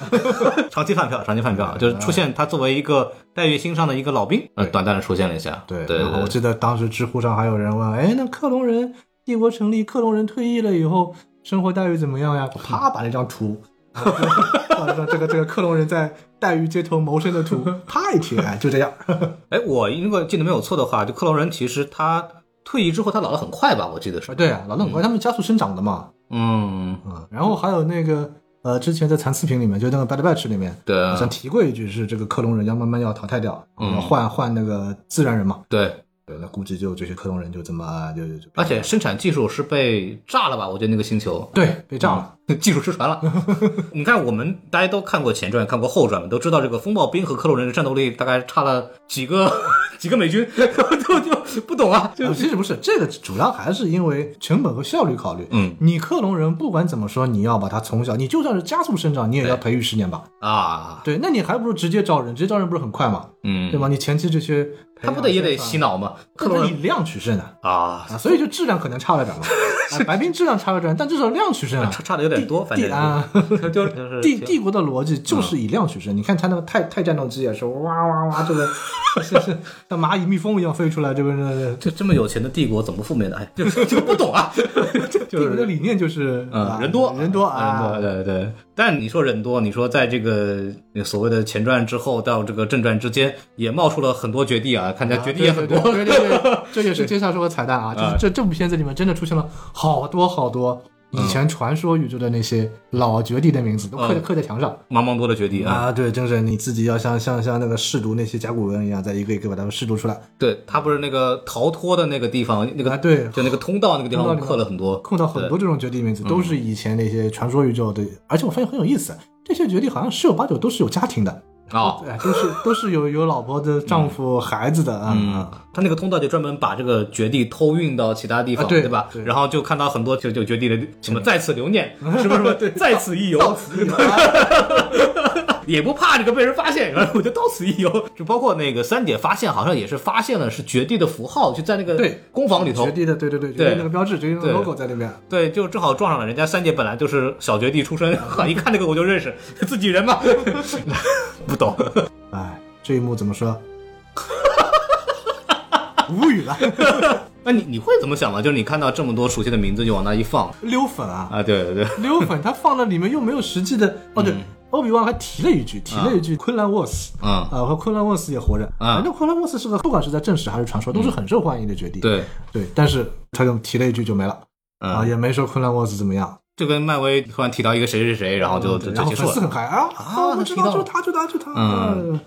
A: 长期饭票，长期饭票，就是出现他作为一个待遇星上的一个老兵，呃，
B: 对
A: 短暂的出现了一下。
B: 对，
A: 对
B: 然后我
A: 对，
B: 记得当时知乎上还有人问，哎，那克隆人帝国成立，克隆人退役了以后生活待遇怎么样呀？我啪把那张图， (laughs) 啊这这个这个克隆人在待遇街头谋生的 (laughs) 图，啪一贴，哎，就这样。
A: 哎，我如果记得没有错的话，就克隆人其实他退役之后，他老得很快吧？我记得是
B: 啊，。 (laughs) 对啊，老冷怪他们加速生长的嘛，
A: 嗯，
B: 啊，然后还有那个呃，之前在残次品里面，就那个 Bad Batch 里面，
A: 对啊
B: 好像提过一句是这个克隆人要慢慢要淘汰掉，
A: 嗯
B: 要换换那个自然人嘛，
A: 对，
B: 对，那估计就这些克隆人就这么就就就
A: 而且生产技术是被炸了吧？我觉得那个星球 (laughs)
B: 对被炸了，
A: 技术失传了。 (laughs) 你看，我们大家都看过前传，看过后传嘛，都知道这个风暴兵和克隆人的战斗力大概差了几个 (laughs) 几个美军，就就不懂啊。就
B: 啊其实不是，这个主要还是因为成本和效率考虑。
A: 嗯
B: 你克隆人不管怎么说，你要把它从小，你就算是加速生长，你也要培育十年吧？
A: 啊，
B: 对，那你还不如直接招人，直接招人不是很快嘛？
A: 嗯，
B: 对吧？？你前期这些培
A: 他
B: 养宣传，
A: 不得也得洗脑吗？克
B: 但
A: 隆
B: 它以
A: 人
B: 量取胜啊。
A: 啊，
B: 啊，所以就质量可能差了点
A: (laughs)
B: 嘛。啊白冰质量差了点，但至少量取胜啊。
A: 差差的有点多，反
B: 帝
A: 正
B: 啊，
A: 就就是嗯
B: 帝帝国的逻辑就是以量取胜。你看他那个泰泰战斗机也是哇哇哇，这个是是像蚂蚁、蜜蜂一样飞出来，这个是
A: 就这么有钱的帝国怎么覆灭的？哎，就 (laughs) 就不懂啊，就
B: 帝国的
A: 是。
B: 理念就是
A: 嗯
B: 啊，
A: 人多，
B: 人多
A: 人
B: 啊，
A: 多，对对。但你说人多，你说在这个呃所谓的前传之后到这个正传之间，也冒出了很多绝地啊，看起来绝地也很多。嗯
B: 对对对对对，这也是介绍说的彩蛋啊，就是这这部片子里面真的出现了好多好多以前传说宇宙的那些老绝地的名字，都刻在
A: 嗯
B: 刻在墙上
A: 茫茫多的绝地啊，
B: 啊，对，真是你自己要像像像那个试读那些甲骨文一样，再一个一个把它们试读出来，
A: 对他不是那个逃脱的那个地方，那个
B: 啊对
A: 就那个通道那个地方，
B: 通道
A: 我
B: 那个
A: 刻了很多，
B: 碰到很多这种绝地名字，都是以前那些传说宇宙的，而且我发现很有意思，这些绝地好像十有八九都是有家庭的，嗯
A: 对啊。
B: 哎，都是都是有有老婆的、丈夫、孩子的啊。
A: 嗯，他那个通道就专门把这个绝地偷运到其他地方，
B: 啊对
A: 吧
B: 对
A: 然后就看到很多就就绝地的什么在此留念，什么什么
B: (laughs)
A: 在此一游，
B: 嗯
A: (laughs) 也不怕这个被人发现，然 (laughs) 后我就到此一游。就包括那个三姐发现，好像也是发现了是绝地的符号，就在那个
B: 对
A: 工坊里头
B: 绝，地的，对对对，
A: 对
B: 绝地那个标志，绝地那个
A: 对
B: logo 在那边。
A: 对，就正好撞上了。人家三姐本来就是小绝地出身， (laughs) 一看这个我就认识， (laughs) 自己人嘛，不懂。 (laughs)
B: 哎，这一幕怎么说？ (laughs) 无语了， (laughs)
A: 那你你会怎么想吗？就是你看到这么多熟悉的名字就往那一放
B: 溜粉啊，
A: 啊，对对对，
B: (laughs) 溜粉，他放了里面又没有实际的。哦，对，奥比旺还提了一句，提了一句昆兰沃斯。
A: 嗯，
B: 啊，和昆兰沃斯也活着。
A: 啊嗯
B: 反正昆兰沃斯是个，不管是在正史还是传说，都是很受欢迎的绝地。
A: 对，
B: 对，但是他就提了一句就没了，啊，
A: 嗯，
B: 也没说昆兰沃斯怎么样，
A: 就跟漫威突然提到一个谁谁谁，然后哦就就
B: 嗯然
A: 就
B: 后
A: 结束
B: 粉丝
A: 了。
B: 很嗨啊啊，我知
A: 提到
B: 道，就
A: 了
B: 他，就他，就他。
A: 嗯
B: 啊，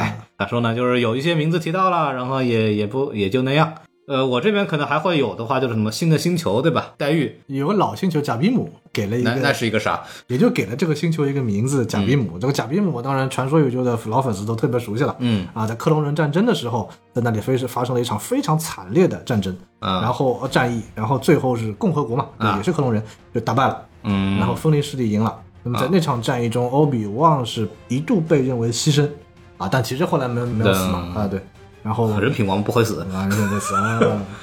A: 哎，咋说呢？就是有一些名字提到了，然后也也不也就那样。呃，我这边可能还会有的话，就是什么新的星球，对吧？黛玉，
B: 有个老星球贾比姆给了一
A: 那那
B: 个，
A: 是一嗯个啥？
B: 也就给了这个星球一个名字贾比姆。这个贾比姆当然传说宇宙的老粉丝都特别熟悉了。
A: 嗯
B: 啊，在克隆人战争的时候，在那里非是发生了一场非常惨烈的战争，
A: 啊
B: 然后呃战役，然后最后是共和国嘛，对
A: 啊
B: 也是克隆人就打败了，
A: 嗯，啊
B: 然后分离势力赢了。那么在那场战役中，欧比旺是一度被认为牺牲啊，但其实后来没有没有死嘛
A: 嗯
B: 啊，对。然后
A: 人品王不会死。
B: 啊，人类死啊。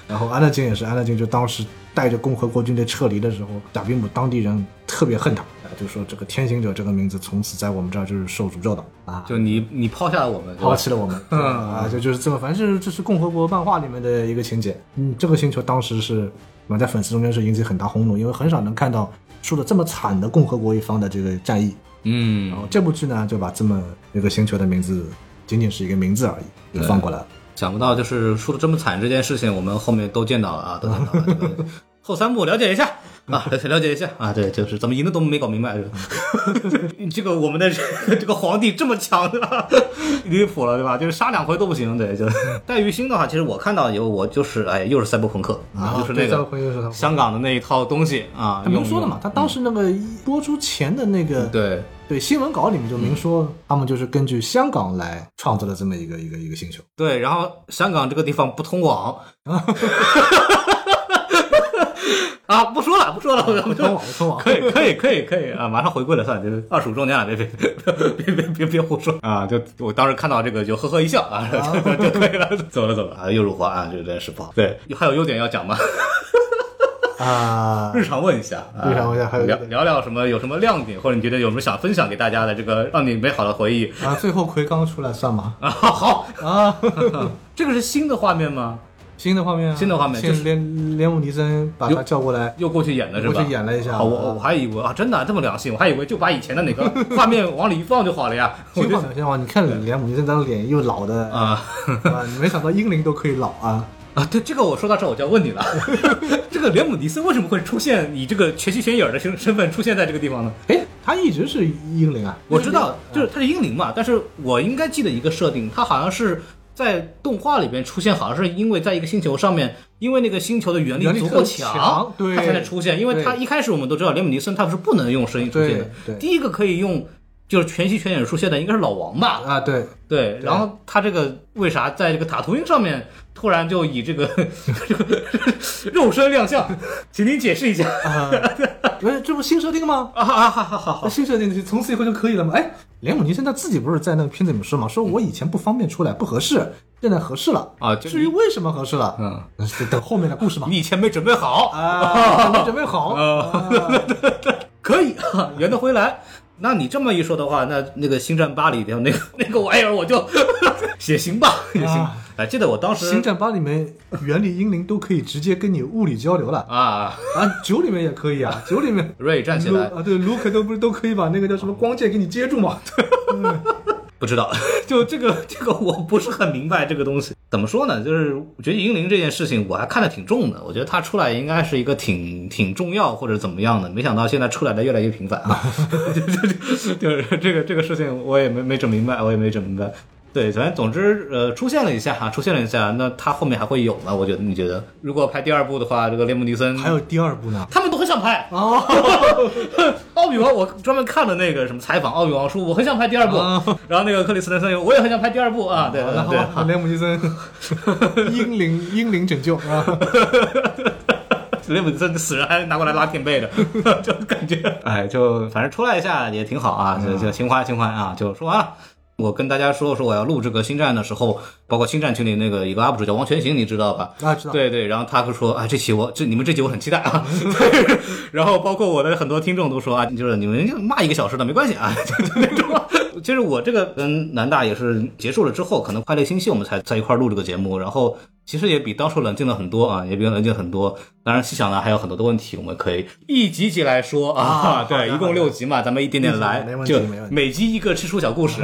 B: 然后安德金也是，安德金就当时带着共和国军队撤离的时候，贾比姆当地人特别恨他，啊，就说这个天行者这个名字从此在我们这儿就是受诅咒的啊。
A: 就你你抛下了我们，对吧
B: 抛弃了我们，嗯啊，就就是这么，反正就是这是共和国漫画里面的一个情节。嗯，这个星球当时是，我在粉丝中间是引起很大轰动，因为很少能看到输的这么惨的共和国一方的这个战役。然
A: 嗯，
B: 后这部剧呢，就把这么一个星球的名字，仅仅是一个名字而已，给放过来了。
A: 想不到就是输的这么惨这件事情，我们后面都见到了啊，都见到了。这个后三部了解一
B: (laughs)
A: 下啊，了解一下啊，对，就是怎么赢的都没搞明白。 (laughs) 这个这个我们的这个皇帝这么强，对吧？离谱了，对吧？就是杀两回都不行，对，就。 (laughs) 戴玉星的话，其实我看到有我就是哎，又是赛博朋克，
B: 啊
A: 就是那
B: 对赛博
A: 个
B: 朋克又是赛博朋克
A: 香港的那一套东西啊，
B: 他明
A: 用嗯
B: 说的嘛，他当时那个一播出前的那个
A: 对。
B: 对新闻稿里面就明说，他们就是根据香港来创作的这么一个一个一个星球。
A: 对，然后香港这个地方不通网。 (laughs) 啊，不说了，不说了，我
B: 不
A: 们
B: 通
A: 就
B: 网，不通网。
A: 可以，可以，可以，可以啊！马上回归了，算了，就是二十五周年了，别别别别别别胡说啊！就我当时看到这个就呵呵一笑啊，就 (laughs) 就可以了，走了走了啊，又辱华啊，这真是不好。对，还有优点要讲吗？
B: 啊
A: 日常问一下，啊
B: 日常问一下还有
A: 聊
B: 优点
A: 聊聊什么？有什么亮点，或者你觉得有什么想分享给大家的这个让你美好的回忆
B: 啊！最后奎刚出来算吗？
A: 啊？好，
B: 啊，
A: 这个是新的画面吗？
B: 新的画面啊，
A: 新的画面
B: 新
A: 就是
B: 连连姆尼森把他叫过来，
A: 又过去演了是吧？
B: 过去演了一下
A: 啊我我还以为啊，真的啊这么良心，我还以为就把以前的那
B: (laughs)
A: 个画面往里一放就好了呀。我
B: 新
A: 就
B: 画面，新画面，你看连姆尼森他的脸又老的啊，
A: 啊 (laughs)
B: 你没想到英灵都可以老啊！
A: 啊，对这个我说到这儿我就要问你了， (laughs) 这个连姆尼森为什么会出现以这个全息全影儿的身身份出现在这个地方呢？
B: 哎，他一直是英灵啊，
A: 我知道，就是他是英灵嘛，但是我应该记得一个设定，他好像是。在动画里边出现，好像是因为在一个星球上面，因为那个星球的原力
B: 原力
A: 足够
B: 特强对
A: 它才能出现。因为
B: 对
A: 它一开始我们都知道，连姆尼森他们是不能用声音出现的
B: 对。对
A: 第一个可以用就是全息全影出现的，应该是老王吧？
B: 啊，对，
A: 对，然后他这个为啥在这个塔图因上面突然就以这个 (laughs) 这个肉身亮相？请您解释
B: (laughs)
A: 一下。 (laughs)
B: 啊，不是这不新设定吗？
A: 啊啊，好好好
B: 那
A: 好，
B: 新设定就从此以后就可以了吗？哎，连姆尼森他自己不是在那个片子里面说嘛，说我以前不方便出来，不合适，现在合适了
A: 啊就
B: 至于为什么合适了，
A: 嗯
B: 那是等后面的故事嘛。
A: 你以前没准备好， (laughs)
B: 啊，没准备好，
A: 啊可以 (laughs) 啊圆得回来。那你这么一说的话，那那个《星战八》里边那个那个玩意儿，我就 (laughs) 也行吧，也行
B: 啊。
A: 哎，记得我当
B: 《
A: 时
B: 刑战八》里面原理英灵都可以直接跟你物理交流了
A: 啊，
B: 啊，九里面也可以 (laughs) 啊，九里面
A: 瑞站起
B: 卢
A: 来，
B: 啊，对，卢克都不是都可以把那个叫什么光剑给你接住嘛？对，
A: 不知道， (laughs) 就这个这个我不是很明白这个东西怎么说呢？就是我觉得英灵这件事情我还看得挺重的，我觉得他出来应该是一个挺挺重要或者怎么样的，没想到现在出来的越来越频繁啊， (laughs) 就是就是这个这个事情我也没没整明白，我也没整明白。对，反正总之，呃，出现了一下哈，出现了一下，那他后面还会有吗？我觉得，你觉得，如果拍第二部的话，这个雷姆尼森
B: (laughs) 还有第二部 (laughs) 呢。
A: 他们都很想拍。啊
B: 哦
A: (laughs) 奥比王，我专门看了那个什么采访奥比王说，我很想拍第二部。
B: 啊
A: 然后那个克里斯滕森，我也很想拍第二部啊。对对对
B: 那好
A: 对
B: 吧， (laughs)
A: 好
B: 莱姆尼森，英灵英灵拯救啊！
A: 雷姆森死人还拿过来拉垫背的， (laughs) 就感觉哎，就反正出来一下也挺好啊，就就情怀情怀啊，就说完了。我跟大家说说，我要录这个星战的时候，包括星战群里那个一个 UP 主叫王全行，你知道吧？
B: (laughs) 啊知道
A: 对对，然后他就说啊，这期我这你们这期我很期待啊。 (laughs) 对然后包括我的很多听众都说啊，就是你们就骂一个小时的没关系啊， (laughs) 就就那种。其实我这个跟南大也是结束了之后，可能快乐星系我们才在一块儿录这个节目，然后其实也比当初冷静了很多啊，也比冷静很多。当然细想呢，还有很多的问题，我们可以一集一集来说啊。
B: (laughs) 啊好
A: 对，
B: 的
A: 一共
B: 好的
A: 六集嘛，咱们一点点来，
B: 没问题
A: 就
B: 没问题
A: 每集一个吃书小故
B: (laughs)
A: 事。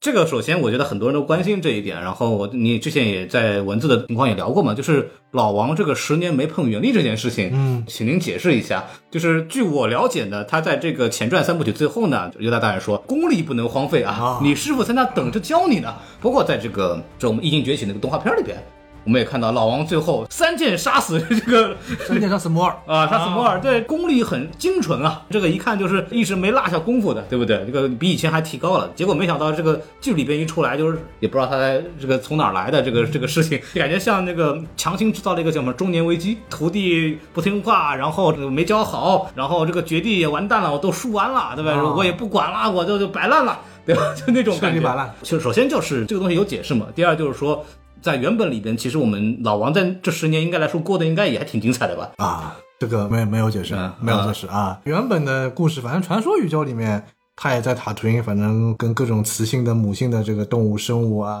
A: 这个首先，我觉得很多人都关心这一点。然后我你之前也在文字的情况也聊过嘛，就是老王这个十年没碰原力这件事情，
B: 嗯，
A: 请您解释一下。就是据我了解呢，他在这个前传三部曲最后呢，尤大大人说功力不能荒废啊
B: 啊，
A: 你师傅在那等着教你呢。包括在这个这我们《异形崛起》那个动画片里边，我们也看到老王最后三剑杀死这个
B: 三剑杀死摩尔，
A: 啊，杀死摩尔，对，功力很精纯啊，这个一看就是一直没落下功夫的，对不对？这个比以前还提高了。结果没想到这个剧里边一出来，就是也不知道他在这个从哪儿来的这个这个事情，感觉像那个强行制造了一个叫什么中年危机，徒弟不听话，然后没教好，然后这个绝地也完蛋了，我都输完了，对吧？
B: 啊
A: 我也不管了，我就就摆烂了，对吧？ (laughs) 就那种感觉。
B: 彻底摆烂
A: 就首先就是这个东西有解释嘛，第二就是说。在原本里边，其实我们老王在这十年应该来说过得应该也还挺精彩的吧？
B: 啊，这个没有没有解释
A: 嗯，
B: 没有解释啊。原本的故事，反正传说宇宙里面，他也在塔图因，反正跟各种雌性的、母性的这个动物、生物啊
A: 啊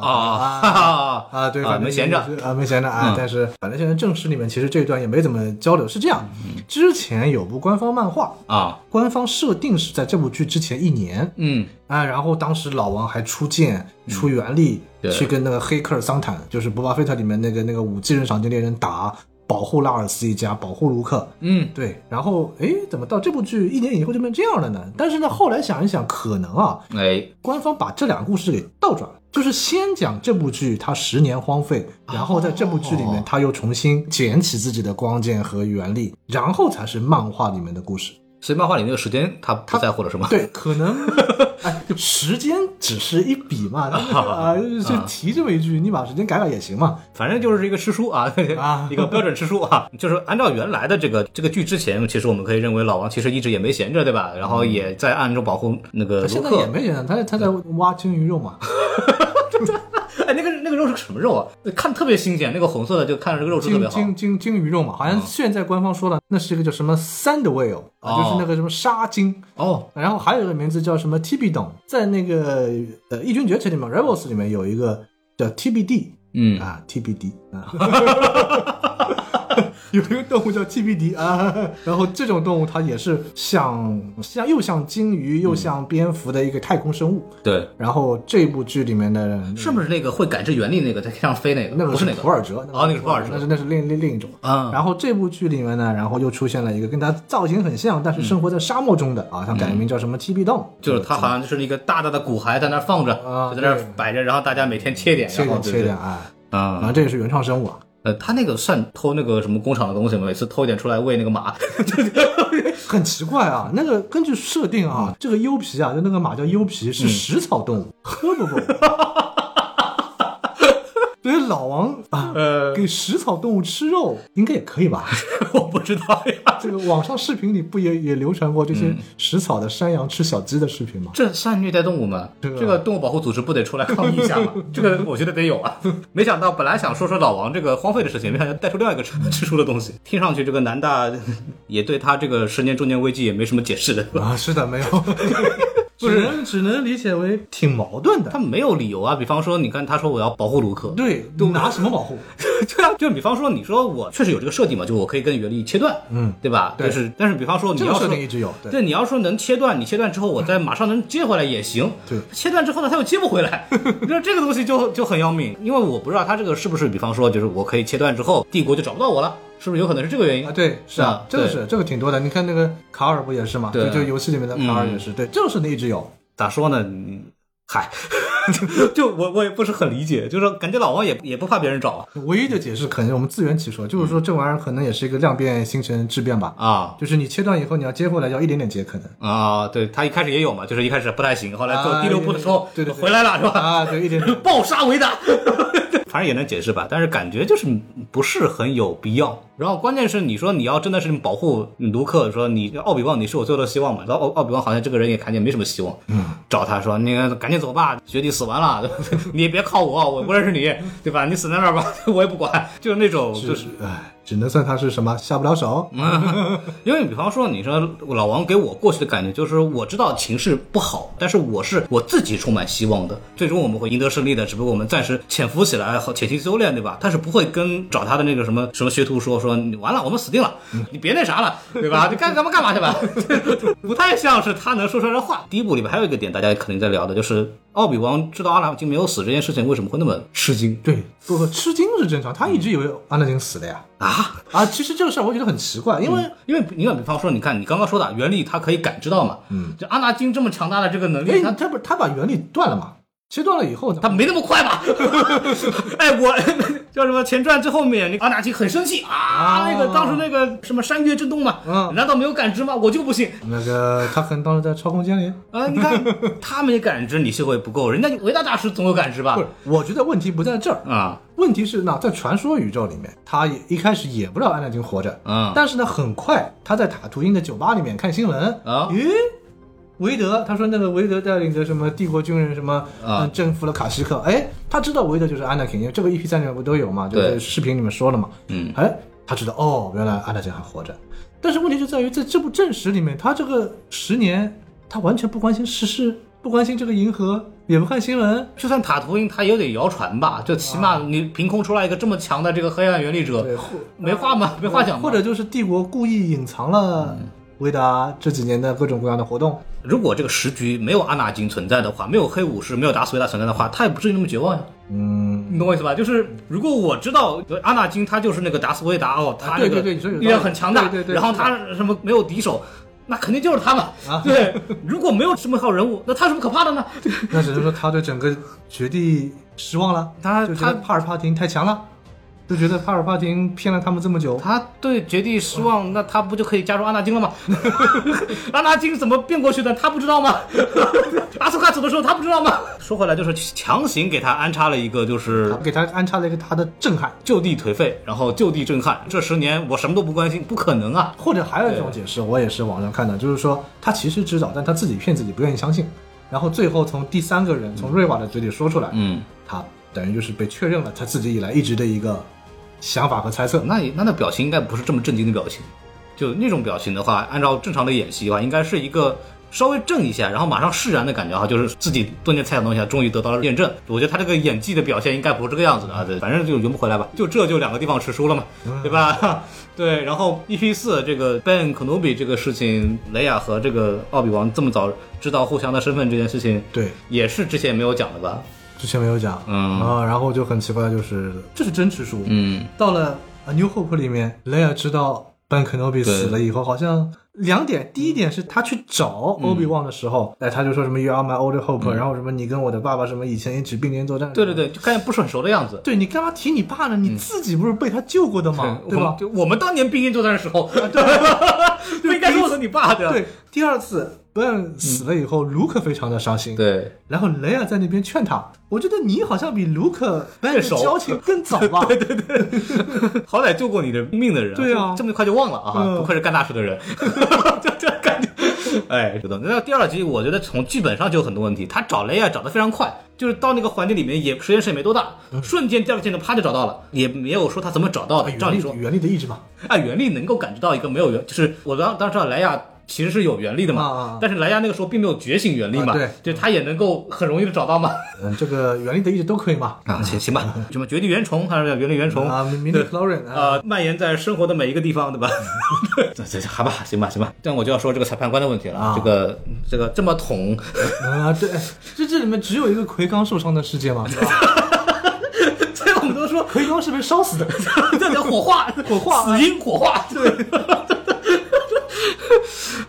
A: 哈
B: 啊
A: 哈
B: 啊，对，
A: 啊
B: 反正
A: 没闲着
B: 就是啊，没闲着啊
A: 嗯。
B: 但是反正现在正史里面，其实这一段也没怎么交流。是这样，之前有部官方漫画，
A: 啊，
B: 官方设定是在这部剧之前一年，
A: 嗯，
B: 啊，然后当时老王还出剑出原力、
A: 对
B: 去跟那个黑客桑坦，就是《博巴菲特》里面那个那个五技能赏金猎人打，保护拉尔斯一家，保护卢克。
A: 嗯，
B: 对，然后诶，怎么到这部剧一年以后就变这样了呢？但是呢，后来想一想，可能啊，
A: 哎，
B: 官方把这两个故事给倒转了，就是先讲这部剧它十年荒废，
A: 啊
B: 然后在这部剧里面他又重新捡起自己的光剑和原力，然后才是漫画里面的故事。
A: 所以漫画里那个时间他不在乎了是吗？
B: (laughs) 对，可能哎，时间只是一笔嘛，那个啊，就提这么一句，你把时间改改也行嘛。
A: 反正就是一个吃书啊，
B: 啊
A: 一个标准吃书啊，就是按照原来的这个这个剧之前，其实我们可以认为老王其实一直也没闲着，对吧？然后也在暗中保护那个卢
B: 他呃现在也
A: 克。
B: 没人，他他在挖鲸鱼肉 (laughs) 嘛，
A: 哎，那个那个肉是什么肉啊？看特别新鲜，那个红色的就看着这个肉质特别
B: 鲸
A: 好。
B: 鲸鲸鲸鱼肉嘛，好像现在官方说了，那是一个叫什么 sand whale 啊，就是那个什么沙鲸。
A: 哦，
B: 然后还有一个名字叫什么 TBD，在那个呃《异军崛起》里面，Rebels 里面有一个叫 TBD
A: 嗯，
B: 啊，TBD 啊。 (laughs) 有一个动物叫 TBD 啊，然后这种动物它也是像像又像鲸鱼
A: 嗯
B: 又像蝙蝠的一个太空生物。
A: 对，
B: 然后这部剧里面的
A: 是不是那个会感知原力那个在天上飞那个？
B: 那个
A: 不是那
B: 普尔哲，
A: 哦，那个是普尔
B: 那
A: 哲
B: 是那是另另另一种。
A: 啊。
B: 然后这部剧里面呢，然后又出现了一个跟它造型很像，但是生活在沙漠中的啊，它改名叫什么 TB 洞，
A: 嗯就是他好像就是一个大大的骨骸在那儿放着，
B: 嗯啊
A: 就在那
B: 对
A: 儿摆着，然后大家每天切点，
B: 切
A: 然后哦
B: 点
A: 对
B: 切
A: 对
B: 点啊，
A: 啊
B: 然后这也是原创生物啊。
A: 呃，他那个算偷那个什么工厂的东西吗？每次偷一点出来喂那个马。 (laughs)
B: 很奇怪啊，那个根据设定啊，这个优皮啊，就那个马叫优皮，是食草动物，喝不不。 (laughs) 所以老王啊，
A: 呃，
B: 给食草动物吃肉应该也可以吧？
A: 我不知道呀。
B: 这个网上视频里不也也流传过这些食草的山羊吃小鸡的视频吗？
A: 这算虐待动物吗？
B: 对啊
A: 这个动物保护组织不得出来抗议一下
B: (laughs)
A: 吗？这个我觉得得有啊。没想到本来想说说老王这个荒废的事情，没想到带出另外一个吃 (laughs) 吃出的东西。听上去这个南大也对他这个十年中年危机也没什么解释的。
B: 啊，是的，没有。只能只能理解为挺矛盾
A: 他
B: 的。
A: 没有理由啊。比方说，你看他说我要保护卢克，
B: 对，拿什么保护？
A: 对啊，就比方说你说我确实有这个设定嘛，就我可以跟原力切断，
B: 嗯
A: 对吧？
B: 对
A: 就是但是比方说你
B: 这个
A: 要
B: 设
A: 说
B: 定一直有，对嗯
A: 对，你要说能切断，你切断之后，我再马上能接回来也行。
B: 对
A: 切断之后呢，它又接不回
B: (laughs)
A: 来，那这个东西就就很要命，因为我不知道它这个是不是，比方说就是我可以切断之后，帝国就找不到我了，是不是有可能是这个原因
B: 啊，？对，嗯是啊
A: 啊，
B: 这个
A: 对
B: 是这个挺多的。你看那个卡尔不也是嘛？
A: 对
B: 就就游戏里面的卡尔也是，对，这个设定一直有。
A: 咋说呢？嗯嗨， (laughs) 就就我我也不是很理解，就是说感觉老王也也不怕别人找
B: 唯一的解释可能我们自圆其说，就是说这玩意儿可能也是一个量变形成质变吧。
A: 啊。
B: 就是你切断以后，你要接回来，要一点点接，可 (laughs) 能
A: 啊、对他一开始也有嘛，就是一开始不太行，后来
B: 啊
A: 走第六步的时候、
B: 对对对
A: 回来了是吧？
B: 啊，对，一
A: (laughs)
B: 点点。
A: 暴杀维达，反正也能解释吧，但是感觉就是不是很有必要。然后关键是你说你要真的是保护卢克，说你奥比旺你是我最后的希望嘛，然后奥奥比旺好像这个人也看见没什么希望，嗯，找他说那个赶紧走吧，学弟死完了， (laughs) 你也别靠我，我不认识你，对吧？你死在那儿吧， (laughs) 我也不管，就是那种就是。
B: 唉，只能算他是什么下不了手。
A: 因为比方说，你说老王给我过去的感觉就是，我知道情势不好，但是我是我自己充满希望的，最终我们会赢得胜利的，只不过我们暂时潜伏起来，好潜心修炼，对吧？他是不会跟找他的那个什么什么学徒说说，你完了，我们死定 (laughs) 了，你别那啥了，对吧？你干干嘛干嘛去吧，不太像是他能说出来的话。第一部里面还有一个点，大家肯定在聊的就是奥比王知道阿拉金没有死这件事情，为什么会那么吃惊
B: 对，不不，吃惊是正常，他一直以为安德金死了呀。
A: 啊？
B: 啊，嗯其实这个事儿我觉得很奇怪，因为
A: (laughs) 因为你看，比方说，你看你刚刚说的原力，它可以感知到嘛，嗯，就阿纳金这么强大的这个能
B: 哎
A: 力，，他
B: 他不是他把原力断了嘛？切断了以后呢，
A: 他没那么快吧？ (laughs) 哎，我 (laughs) 叫什么前传最后面，那个阿纳金很生气啊，那个当时那个什么山岳震动嘛，
B: 哦嗯
A: 难道没有感知吗？我就不信
B: 那个他可能当时在超空间里。
A: 啊、你
B: (laughs)
A: 看他没感知，你是会不够，人家维达大师总有感知吧
B: 不？是，啊我觉得问题不在这儿，
A: 啊，
B: 问题是呢，在传说宇宙里面，他也一开始也不知道安纳金活着，
A: 嗯
B: 但是呢，很快他在塔图因的酒吧里面看新闻，
A: 啊
B: 咦，韦德，他说那个韦德带领着什么帝国军人什么，
A: 啊
B: 嗯，征服了卡西克，哎，他知道韦德就是安纳金，因为这个 EP 三里面不都有嘛，就是
A: 对
B: 视频里面说了嘛，
A: 嗯，
B: 哎，他知道哦，原来安纳金还活着，但是问题就在于在这部正史里面，他这个十年，他完全不关心时事，不关心这个银河，也不看新闻，
A: 就算塔图因他也有点谣传吧，就起码你凭空出来一个这么强的这个黑暗原力
B: 啊对
A: 者，，没话吗？没话讲吗？嗯
B: 或者就是帝国故意隐藏了维达这几年的各种各样的活动。
A: 如果这个时局没有阿纳金存在的话，没有黑武士，没有达斯维达存在的话，他也不至于那么绝望呀。
B: 嗯，
A: 你懂我意思吧？就是如果我知道呃阿纳金他就是那个达斯维达哦，他
B: 啊对
A: 那个
B: 对对你说有道理
A: 力量很强大，
B: 对对对
A: 然后
B: 是的
A: 他什么没有敌手。那肯定就是他嘛，(laughs)
B: 啊
A: 对。如果没有这么号人物，那他有什么可怕的呢？
B: 那只能说他对整个绝地失望了，
A: 他
B: 就觉得
A: 他
B: 帕尔帕廷太强了，就觉得帕尔帕廷骗了他们这么久。
A: 他对绝地失望，那他不就可以加入阿纳金了吗？ (laughs) 阿纳金怎么变过去的？他不知道吗？ (laughs) 阿苏卡走的时候他不知道吗？说回来，就是强行给他安插了一个就是
B: 给他安插了一个他的震撼，
A: 就地颓废，然后就地震撼。这十年我什么都不关心，不可能啊！
B: 或者还有一种解释，我也是网上看的，就是说他其实知道，但他自己骗自己，不愿意相信，然后最后从第三个人从瑞瓦的嘴里说出来，
A: 嗯，
B: 他等于就是被确认了他自己以来一直的一个想法和猜测。
A: 那那那表情应该不是这么震惊的表情，就那种表情的话，按照正常的演戏的话，应该是一个稍微震一下，然后马上释然的感觉哈，就是自己多年猜想的东西啊终于得到了验证。我觉得他这个演技的表现应该不是这个样子的啊，对，反正就圆不回来吧。就这就两个地方吃书了嘛，对吧？ (laughs) 对，然后 EP 四这个 Ben Kenobi 这个事情，雷亚和这个奥比王这么早知道互相的身份这件事情，
B: 对，
A: 也是之前没有讲的吧？
B: 之前没有讲，
A: 嗯
B: 啊，然后就很奇怪，就是这是真吃书，
A: 嗯，
B: 到了《A New Hope》里面，雷亚知道 Ben Kenobi 死了以后，好像两点，第一点是他去找
A: 嗯
B: Obi Wan 的时候，哎，他就说什么 “You are my old hope”，、然后什么你跟我的爸爸什么以前一起并肩作战，
A: 对对，对，就看见不是很熟的样子，
B: 对你干嘛提你爸呢？你自己不是被他救过的吗？对
A: 啊我
B: 吧啊
A: 们？就我们当年兵役作战的时候， (laughs) 对，不应该说我是你爸的，
B: 对，第二次 Ben 死了以后，卢克非常的伤心，
A: 嗯对
B: 然后雷亚在那边劝他，我觉得你好像比卢克 Ben 的
A: 熟
B: 交情更早
A: (laughs)
B: 吧？对对对，
A: 好歹救过你的命的人，
B: 对啊
A: 就这么快就忘了
B: 嗯
A: 啊，不愧是干大事的人， (laughs) 就这感觉。哎，是的。那第二集我觉得从剧本上就有很多问题，他找雷亚啊找得非常快，就是到那个环境里面也时间是也没多大，瞬间第二个镜头啪就找到了，也没有说他怎么找到的。照
B: 嗯啊原
A: 理
B: 力
A: 说，哎
B: 原力的意志嘛，
A: 按原力能够感知到一个没有原，就是我当当时知道莱娅其实是有原力的嘛。
B: 啊啊啊
A: 但是莱娅那个时候并没有觉醒原力嘛，
B: 啊对
A: 对，他也能够很容易的找到嘛。
B: 嗯，这个原力的意志都可以嘛。
A: 啊，行行 (laughs) 吧，什么绝地原虫还是叫原力原虫
B: 啊
A: 哦对
B: midi chlorian，啊
A: 啊，蔓延在生活的每一个地 (laughs) 方，对吧？这这好吧，行吧，行吧，但我就要说这个裁判官的问题了，
B: 啊
A: 这个这个这么捅，
B: 啊，对，这这里面只有一个奎刚受伤的事件嘛，是吧
A: (laughs) 所以我们都说
B: 奎刚是被烧死的。
A: (laughs) 这叫火化， (laughs) 火
B: 化
A: 死因火化，对。 (laughs)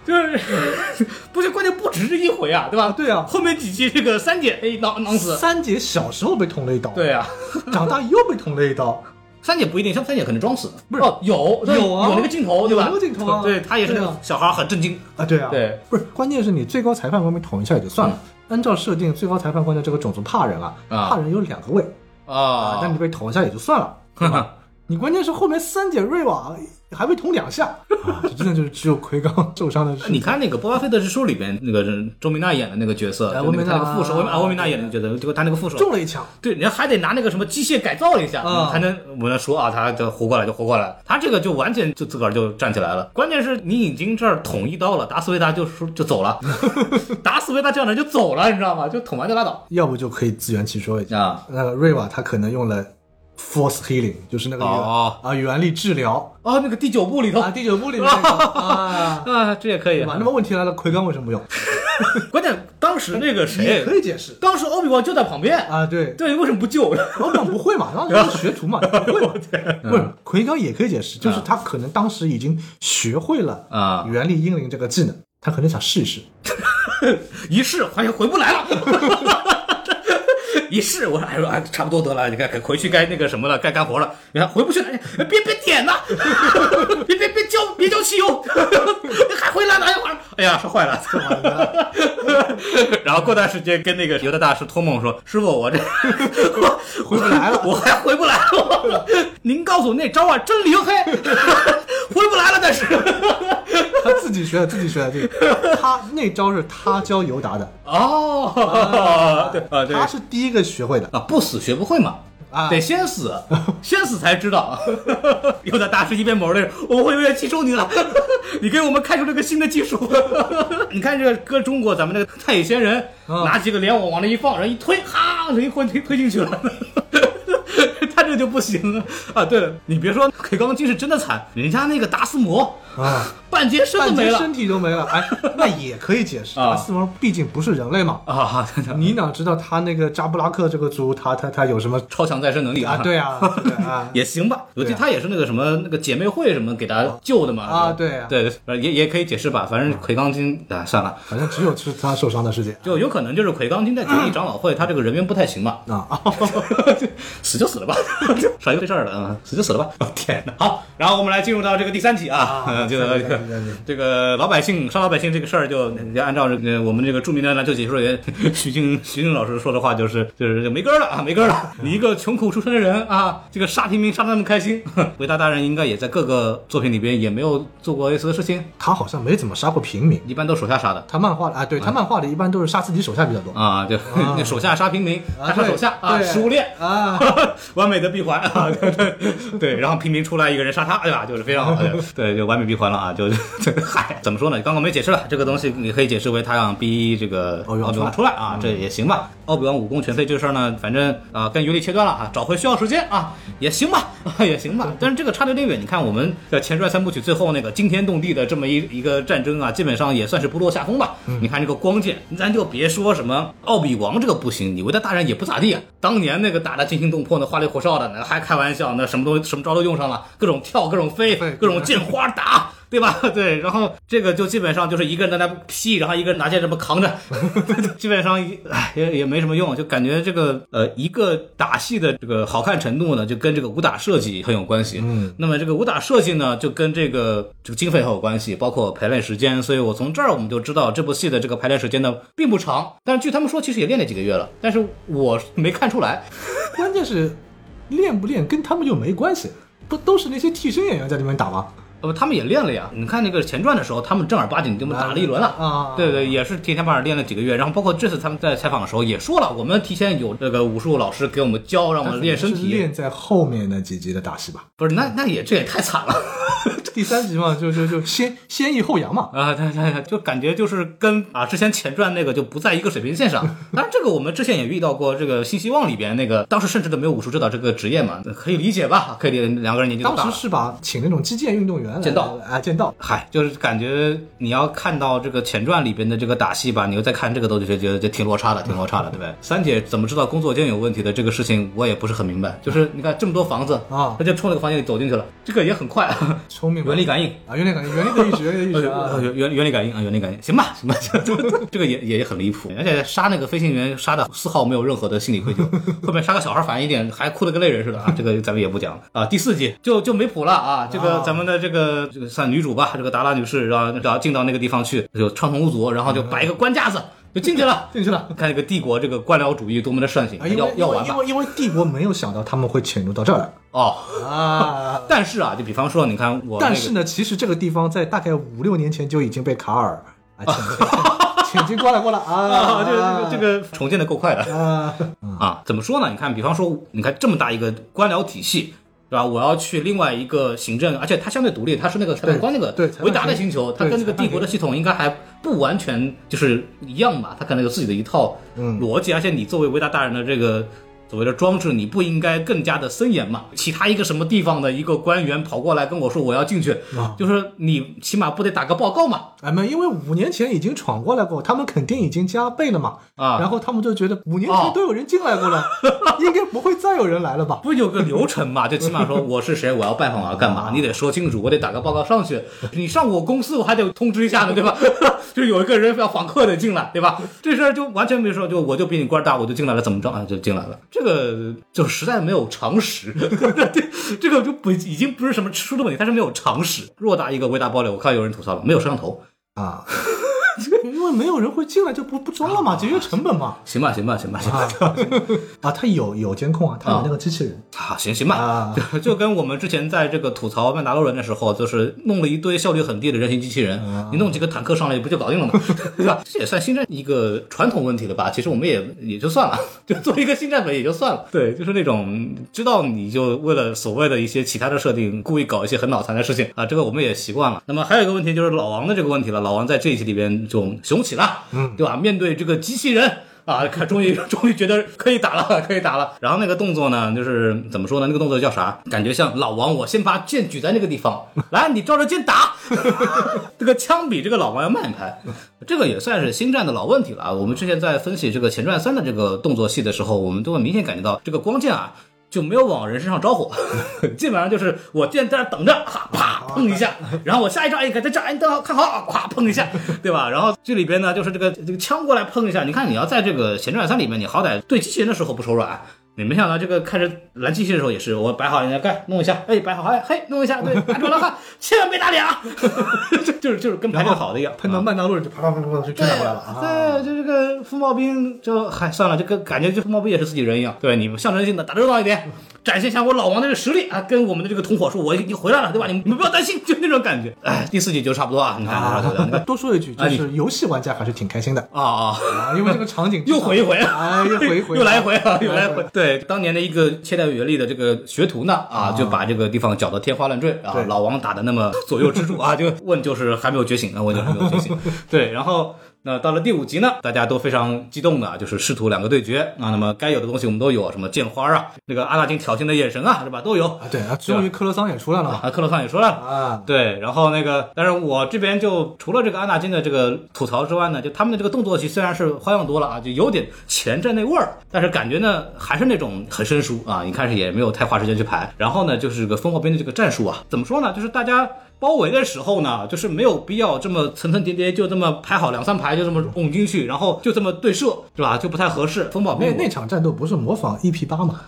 A: 就是，不是关键，不止这一回啊，对吧？
B: 对啊
A: 后面几期这个三姐，哎，囊囊死，
B: 三姐小时候被捅了一刀，
A: 对，啊，
B: 长大又被捅了一刀，
A: 三姐不一定，像三姐可能装死，
B: 不是
A: 哦，有
B: 有啊
A: 有那个镜头，对吧？
B: 有那个镜头啊
A: 对她也是那
B: 对
A: 个
B: 啊
A: 小孩很震惊，
B: 啊，对啊，
A: 对，嗯
B: 不是，关键是你最高裁判官被捅一下也就算了，按照设定，最高裁判官的这个种族怕人啊，
A: 啊
B: 怕人有两个位
A: 啊
B: 但你被捅一下也就
A: (laughs)
B: 算了，对吧你关键是后面三姐瑞瓦还被捅两下，啊，这真的就是只有奎刚受伤的事
A: 你看那个《波巴费特之书》里边，那个是周明娜演的那个角色，
B: 哎
A: 就那
B: 温
A: 个
B: 明
A: 他
B: 娜
A: 那个副手，温啊温明娜演的角色，结果他那个副手
B: 中了一枪，
A: 对，人家还得拿那个什么机械改造一下，
B: 啊
A: 才能我们说啊，他就活过来就活过来了。他这个就完全就自个儿就站起来了。关键是你已经这儿捅一刀了，达斯维达就说就走了， (laughs) 达斯维达这样的人就走了，你知道吗？就捅完就拉倒
B: 要不就可以自圆其说一下。
A: 啊。
B: 那个瑞瓦他可能用了 force healing，就是那个原
A: 哦
B: 啊原力治疗
A: 哦，那个第九部里头
B: 啊，第九部里面那个 (laughs) 啊，
A: 啊，这也可以
B: 对吧？。那么问题来了，奎刚为什么不用？
A: 关键当时那个
B: 也
A: 谁
B: 可，以解释
A: 当时欧比旺就在旁边，
B: 啊，对，
A: 对，为什么不救？
B: 老板不会嘛，然后他是学徒 (laughs) 嘛，他不会嘛，不是奎刚也可以解释，就是他可能当时已经学会了
A: 啊
B: 原力英灵这个技能，他可能想试一试，
A: 一试发现回不来
B: (laughs)
A: 了。一试，我说哎呦哎，差不多得了，你看该回去该那个什么了，该干活了。你看回不去了，哎别别点呐， (laughs) 别别别浇别浇汽油， (laughs) 还回来了，哎会儿，哎呀，烧坏了。 (laughs) 然后过段时间跟那个犹太大师托梦说，师傅我这我
B: (laughs) 回不来
A: (laughs)
B: 了
A: 我还回不来
B: (laughs)
A: 了。您告诉我那招啊，真灵嘿， (laughs) 回不来了，
B: (laughs)
A: 但是。
B: 他自己学的，自己学的这个， (laughs) 他那招是他教尤达的，
A: 哦，对啊，对，
B: 他是第一个学会的，
A: 啊，不死学不会嘛，
B: 啊
A: 得先死，先死才知道。 (laughs) 又在大师一边抹泪，我会永远记住你了， (laughs) 你给我们开出了个新的技术。 (laughs) 你看这个搁中国，咱们那个太乙仙人、
B: 啊
A: 拿几个莲往往那一放，人一推，哈，人一混推推进去了。 (laughs) 他这就不行了啊！对了，你别说，给钢筋是真的惨，人家那个达斯摩
B: 啊，
A: 半截身都
B: 半
A: 没
B: 截
A: 了
B: 身体都没了，
A: (laughs)
B: 哎，那也可以解释，
A: 啊
B: 达斯摩毕竟不是人类嘛，
A: 啊！
B: 你哪知道他那个扎布拉克这个族，他他他有什么
A: 超强再生能力
B: 啊？对啊，对啊
A: (laughs) ，也行吧，我记得他也是那个什么那个姐妹会什么给他救的嘛。
B: 啊
A: 对
B: 对啊嗯
A: 对，反正也也可以解释吧，反正魁罡经啊算了，
B: 反正只有是他受伤的事件
A: 就有可能就是魁罡经在绝地长老会，他这个人缘不太行嘛，
B: 啊啊。
A: (laughs) 死就死了吧，少一个这事儿了啊，死就死了吧。 (laughs) 哦天哪！好，然后我们来进入到这个第三题啊
B: 啊，
A: 嗯这个这
B: 三题
A: 个
B: 三题三题
A: 这个老百姓杀老百姓这个事儿，就就按照这个我们这个著名的篮球解说员徐静徐静老师说的话，就是就是没根儿了啊，没根儿了。
B: (laughs)
A: 你一个穷苦出身的人啊，这个杀平民杀得那么开心， (laughs) 维达大人应该也在各个作品里边也没有做过类似的事情，
B: 他好像没怎么杀过平民，
A: 一般都手下杀的。
B: 他漫画的啊，对他漫画的一般都是杀自己手下比较多。
A: 啊，就 (laughs) 那手下杀平民，
B: 啊
A: 他杀手下
B: 对
A: 啊，
B: 对
A: 食物链
B: 啊，
A: (laughs) 完美的闭环啊，对对对，然后平民出来一个人杀他，对吧？就是非常好，对对，就完美闭环了啊，就 (laughs) 嗨，怎么说呢？刚刚没解释了，这个东西你可以解释为他想逼这个
B: 奥比王
A: 奥比王出来
B: 嗯
A: 啊，这也行吧。奥比王武功全废这事儿呢，反正啊跟尤利切断了啊，找回需要时间啊，也行吧， (laughs) 也行吧。但是这个差的有点远，你看我们的前传三部曲最后那个惊天动地的这么一一个战争啊，基本上也算是不落下风吧。
B: 嗯
A: 你看这个光剑，咱就别说什么奥比王这个不行，你维他大人也不咋地啊。当年那个打得惊心动魄那花里胡哨的呢，还开玩笑，那什么都什么招都用上了，各种跳，各种飞
B: 对，
A: 各种剑花打。对吧？ (laughs) 对，然后这个就基本上就是一个人在那劈，然后一个人拿剑这么扛着， (laughs) 基本上一唉也也没什么用，就感觉这个呃一个打戏的这个好看程度呢，就跟这个武打设计很有关系。嗯，那么这个武打设计呢，就跟这个这个经费很有关系，包括排练时间。所以我从这儿我们就知道这部戏的这个排练时间呢并不长，但是据他们说其实也练了几个月了，但是我没看出来。
B: 关键是练不练跟他们又没关系，不都是那些替身演员在里面打吗？
A: 呃，他们也练了呀。你看那个前传的时候，他们正儿八经给我们打了一轮了。
B: 啊
A: 对对，也是提前把练了几个月。然后包括这次他们在采访的时候也说了，我们提前有这个武术老师给我们啊教，让我们练身
B: 是
A: 体。
B: 练在后面那几集的打戏吧。
A: 不是，那那也这也太惨了，这 (laughs)
B: 第三集嘛，就就就先先抑后扬嘛。
A: 啊，对对对，就感觉就是跟啊之前前传那个就不在一个水平线上。 (laughs) 当然，这个我们之前也遇到过，这个新希望里边那个当时甚至都没有武术指导这个职业嘛，可以理解吧？可以理解两个人年纪都
B: 当
A: 大
B: 时
A: 了。
B: 是把请那种击剑运动员来
A: 剑道
B: 啊，剑道
A: 嗨，就是感觉你要看到这个前传里边的这个打戏吧，你又再看这个东西，就觉得这挺落差的，挺落差的，对不对？ (laughs) 三姐怎么知道工作间有问题的这个事情，我也不是很明白。就是你看这么多房子
B: 啊
A: 他就冲那个房间里走进去了，这个也很快， (laughs)
B: 聪明吧
A: 原力感应。
B: 啊，原力感应，原力的意识，原
A: (laughs)
B: 力的意识
A: 呃，
B: 啊。
A: 原原原理感应啊，原理感应，行吧，行吧， (laughs) 这个也也很离谱，而且杀那个飞行员杀的丝毫没有任何的心理愧疚，后面杀个小孩反应一点，还哭得跟泪人似的啊，这个咱们也不讲了啊。第四季就就没谱了啊，这个
B: 啊
A: 咱们的这个这个算女主吧，这个达拉女士，然后然后进到那个地方去，就畅通无阻，然后就摆一个官架子就进去了。
B: 进去了。
A: 看这个帝国这个官僚主义多么的盛行
B: 啊，因，
A: 哎要
B: 为因
A: 要
B: 为
A: 完
B: 因
A: 吧？
B: 为因为帝国没有想到他们会潜入到
A: (laughs)
B: 这儿来
A: 哦，
B: 啊。
A: 但是啊，就比方说，你看我那个，
B: 但是呢，其实这个地方在大概五六年前就已经被卡尔
A: (laughs)
B: 啊潜进潜进过 (laughs) 来过了啊
A: 啊，这个这个这个重建的够快的。
B: 啊，
A: 啊，怎么说呢？你看，比方说，你看这么大一个官僚体系，对吧？我要去另外一个行政，而且它相对独立，它是那个裁判官那个
B: 对裁判
A: 维达的
B: 官
A: 星球，它
B: 对
A: 跟那个
B: 裁判
A: 帝国的
B: 官
A: 系统应该还不完全就是一样吧？它可能有自己的一套
B: 嗯
A: 逻辑，而且你作为维达大人的这个。所谓的装置，你不应该更加的森严嘛？其他一个什么地方的一个官员跑过来跟我说我要进去，
B: 啊
A: 就是你起码不得打个报告嘛？
B: 哎没，因为五年前已经闯过来过，他们肯定已经加倍了嘛。
A: 啊
B: 然后他们就觉得五年
A: 哦
B: 前都有人进来
A: (laughs)
B: 过了，应该不会再有人来了吧？
A: 不是有个流程嘛？就起码说我是谁，我要拜访，我要干嘛，你得说清楚，我得打个报告上去。你上我公司，我还得通知一下呢，对吧？ (laughs) 就有一个人要访客得进来，对吧？这事儿就完全没说，就我就比你官儿大，我就进来了，怎么着啊？就进来了，这个就实在没有常识， (laughs) 这这个就不已经不是什么吃书的问题，它是没有常识。偌大一个维达堡垒，我看有人吐槽了，没有摄像头。
B: 啊，因为没有人会进来，就不不装了嘛，节约成本嘛。
A: 行吧，行吧，行吧，行吧
B: 啊，啊，他有有监控啊，他有那个机器人
A: 啊，行行吧，
B: 啊
A: 就 (laughs) 就跟我们之前在这个吐槽曼达洛人的时候，就是弄了一堆效率很低的人形机器人，你弄几个坦克上来不就搞定了吗？ (laughs) 对吧？这也算星战一个传统问题了吧？其实我们也也就算了，就作为一个星战粉也就算了。对，就是那种知道你就为了所谓的一些其他的设定，故意搞一些很脑残的事情啊，这个我们也习惯了。那么还有一个问题就是老王的这个问题了，老王在这一期里边就雄起了，嗯，对吧？面对这个机器人。啊，看，终于 (laughs) 终于觉得可以打了，可以打了。然后那个动作呢，就是怎么说呢？那个动作叫啥？感觉像老王，我先把剑举在那个地方，来，你照着剑打。 (laughs) 这个枪比这个老王要慢一拍，这个也算是星战的老问题了啊。我们之前在分析这个前传三的这个动作戏的时候，我们都会明显感觉到这个光剑啊。就没有往人身上着火， (laughs) 基本上就是我剑在那儿等着，哈啪碰一下，然后我下一招，哎，在这儿，哎，你等好看好，咵碰一下，对吧？然后这里边呢，就是这个这个枪过来碰一下，你看你要在这个前传三里面，你好歹对机器人的时候不手软。你没想到这个开始拦机器人的时候也是，我摆好人家盖弄一下，哎，摆好哎嘿弄一下，对，打准了哈，千万别打脸啊！ (laughs) 就就是就是跟排队好的一样，
B: 碰到曼达洛人就啪啪啪啪就追了过来了啊。
A: 对，就这个风暴兵就嗨算了，这个感觉就风暴兵也是自己人一样。对，你们象征性的打热闹一点，展现一下我老王的这个实力啊，跟我们的这个同伙说我已经回来了，对吧？你们你们不要担心，就那种感觉。哎，第四集就差不多啊，你看，
B: 啊
A: 对不对你看，
B: 多说一句，
A: 啊
B: 就
A: 你
B: 是游戏玩家还是挺开心的
A: 啊啊。
B: 啊，因为这个场景
A: 又回一回
B: 啊，又回一
A: (laughs)
B: 回，
A: 又来一回啊，又来一
B: 一
A: 回。。对，当年的一个切代原力的这个学徒呢，啊，就把这个地方搅得天花乱坠啊
B: 对，
A: 老王打的那么 (laughs) 左右之助啊，就问就是还没有觉醒啊，问就是还没有觉
B: (laughs)
A: 醒。对，然后。那到了第五集呢，大家都非常激动的，就是师徒两个对决啊。那么该有的东西我们都有，什么剑花啊，那个阿拉丁挑衅的眼神啊，是吧？都有
B: 啊，对啊，终于克罗桑也出来了嘛
A: 啊。克洛桑也说了，
B: 啊，
A: 对，然后那个，但是我这边就除了这个安纳金的这个吐槽之外呢，就他们的这个动作戏虽然是花样多了啊，就有点前阵那味儿，但是感觉呢还是那种很生疏啊，一开始也没有太花时间去排。然后呢，就是这个烽火兵的这个战术啊，怎么说呢？就是大家包围的时候呢，就是没有必要这么层层叠叠，就这么排好两三排，就这么拱进去，然后就这么对射，是吧？就不太合适。风暴兵
B: 那那场战斗不是模仿 EP 八嘛？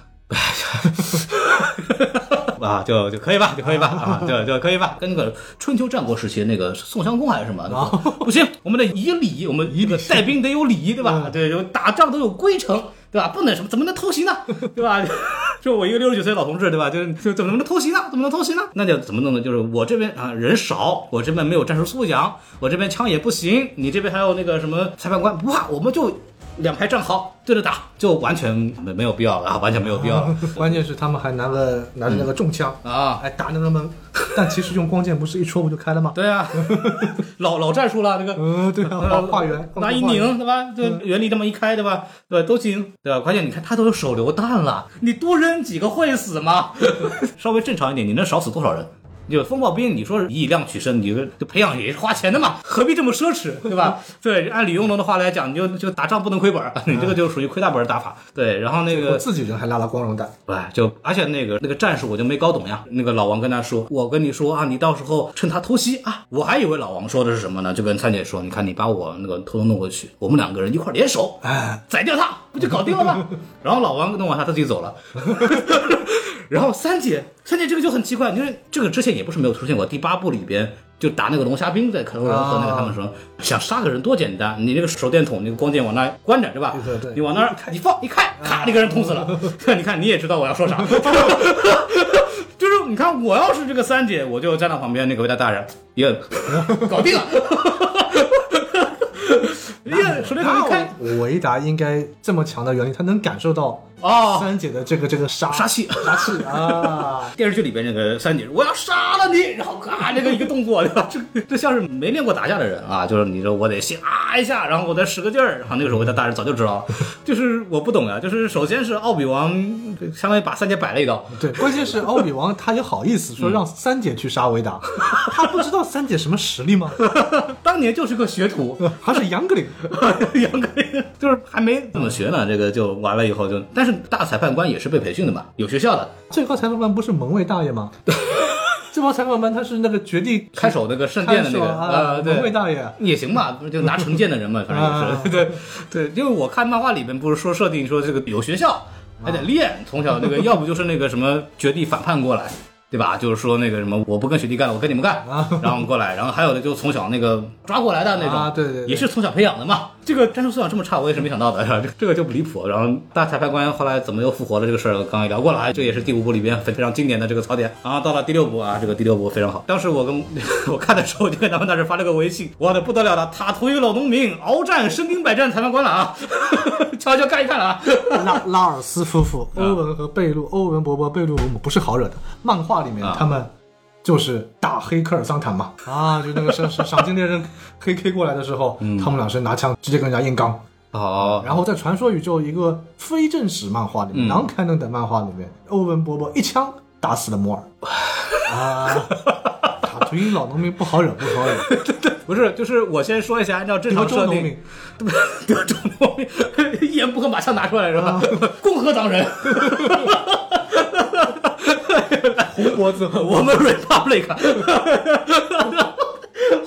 A: (laughs) 啊，就就可以吧，就可以吧，啊，就就可以吧，跟那个春秋战国时期那个宋襄公还是什么， (laughs) 不行，我们得啊以礼，我嗯们这个带兵得有礼，对吧？对，有打仗都有规程，对吧？不能什么怎么能偷袭呢，对吧？ (laughs) 就我一个六十九岁的老同志，对吧？就就怎么能偷袭呢？怎么能偷袭呢？那就怎么弄呢？就是我这边啊人少，我这边没有战术素养，我这边枪也不行，你这边还有那个什么裁判官，不怕，我们就。两排站好，对着打，就完全没没有必要了啊，完全没有必要了
B: 关键是他们还拿个拿着那个重枪
A: 啊！
B: 哎，打那他们但其实用光剑不是一戳不就开了吗？
A: 对啊， (laughs) 老老战术了，这个
B: 嗯，对啊，画
A: (laughs)
B: 画圆，
A: 拿一
B: 画圆嗯
A: 拧，对吧？对，原力这么一开，对吧？对，都精，对吧？关键你看他都有手榴弹了，你多扔几个会死吗？ (laughs) 稍微正常一点，你能少死多少人？就风暴兵，你说是以量取胜，你就就培养也是花钱的嘛，何必这么奢侈，对吧？对，按李用龙的话来讲，你就就打仗不能亏本儿， (laughs) 你这个就属于亏大本儿打法。对，然后那
B: 我
A: 个
B: 自己人还拉了光荣弹，
A: 哎，就而且那个那个战术我就没搞懂呀。那个老王跟他说：“我跟你说啊，你到时候趁他偷袭啊。”我还以为老王说的是什么呢？就跟三姐说：“你看，你把我那个偷偷弄过去，我们两个人一块儿联手，哎，宰掉他，不就搞定了
B: (laughs)
A: 吗？”然后老王弄完他，他自己走了。 (laughs) 然后三姐，三姐这个就很奇怪，因为这个之前也不是没有出现过。第八部里边就打那个龙虾兵在克罗人和那个他们
B: 啊
A: 说，想杀个人多简单，你那个手电筒那个光剑往那关着是吧？
B: 对对对啊
A: 你往那儿一放一看，咔，那个人捅死了。 (laughs) 你看你也知道我要说啥， (laughs) 就是你看我要是这个三姐，我就站到旁边那个维达大人，也搞定了。 (laughs)
B: (laughs)
A: 耶，手电筒一开，
B: 那维达应该这么强的原力，他能感受到
A: 哦
B: 三姐的这个这个杀
A: 杀气！
B: 杀气啊 (laughs)
A: 电视剧里边那个三姐，我要杀了你，然后咔、那个一个动作，对吧？这这像是没练过打架的人啊，就是你说我得先啊一下，然后我再使个劲儿，然后那个时候我的大人早就知道了，就是我不懂呀，就是首先是奥比王相当于把三姐摆了一道，
B: 对，关键是奥比王他也好意思说
A: 嗯
B: 让三姐去杀维达，他不知道三姐什么实力吗？ (laughs)
A: 当年就是个学徒，
B: 还是杨格林，
A: 杨哥就是还没怎么学呢，这个就完了以后就，但是大裁判官也是被培训的嘛，有学校的，
B: 最高裁判官不是门卫大
A: (laughs)
B: 爷吗？最高裁判官他是那个绝地
A: 看守那个圣殿的那
B: 看
A: 个
B: 守啊
A: 呃，对
B: 门卫大爷。
A: 也行吧，就拿成见的人嘛，反正也是对对，因为我看漫画里边不是说设定说这个有学校还得练，从小那个要不就是那个什么绝地反叛过来。对吧？就是说那个什么，我不跟学弟干了，我跟你们干，然后过来，然后还有的就从小那个抓过来的那种，
B: 啊对对对
A: 也是从小培养的嘛。这个战术素养这么差，我也是没想到的， (laughs) 这这个就不离谱。然后大裁判官后来怎么又复活了这个事儿，刚刚也聊过了，啊，这也是第五部里边非常经典的这个槽点。然后到了第六部啊，这个第六部非常好。当时我跟 (laughs) 我看的时候，我就给他们当时发了个微信，我的不得了了，塔图与老农民鏖战身经百战裁判官了啊， (laughs) 悄悄看一看了
B: (laughs)
A: 啊。
B: 拉拉尔斯夫妇，欧文和贝露，欧文伯伯、贝露姆不是好惹的。漫画里面
A: 啊
B: 他们就是打黑科尔桑坦嘛，啊，就那个赏赏金猎人黑 K 过来的时候，他们俩是拿枪直接跟人家硬刚。
A: 啊好，
B: 然后在传说宇宙一个非正史漫画里
A: 嗯
B: 面，南开能的漫画里面，欧文伯伯一枪打死了摩尔。啊， (laughs) 塔图因老农民不好惹，不好惹。
A: 不是，就是我先说一下，按照正
B: 德
A: 常
B: 州
A: 设
B: 农
A: 定
B: 民，
A: (laughs) 德州农民一言不合马上拿出来是吧？ (laughs) 共和党 (laughs) 人。
B: 红脖子，
A: (laughs) 我们 Republic (laughs)
B: (laughs)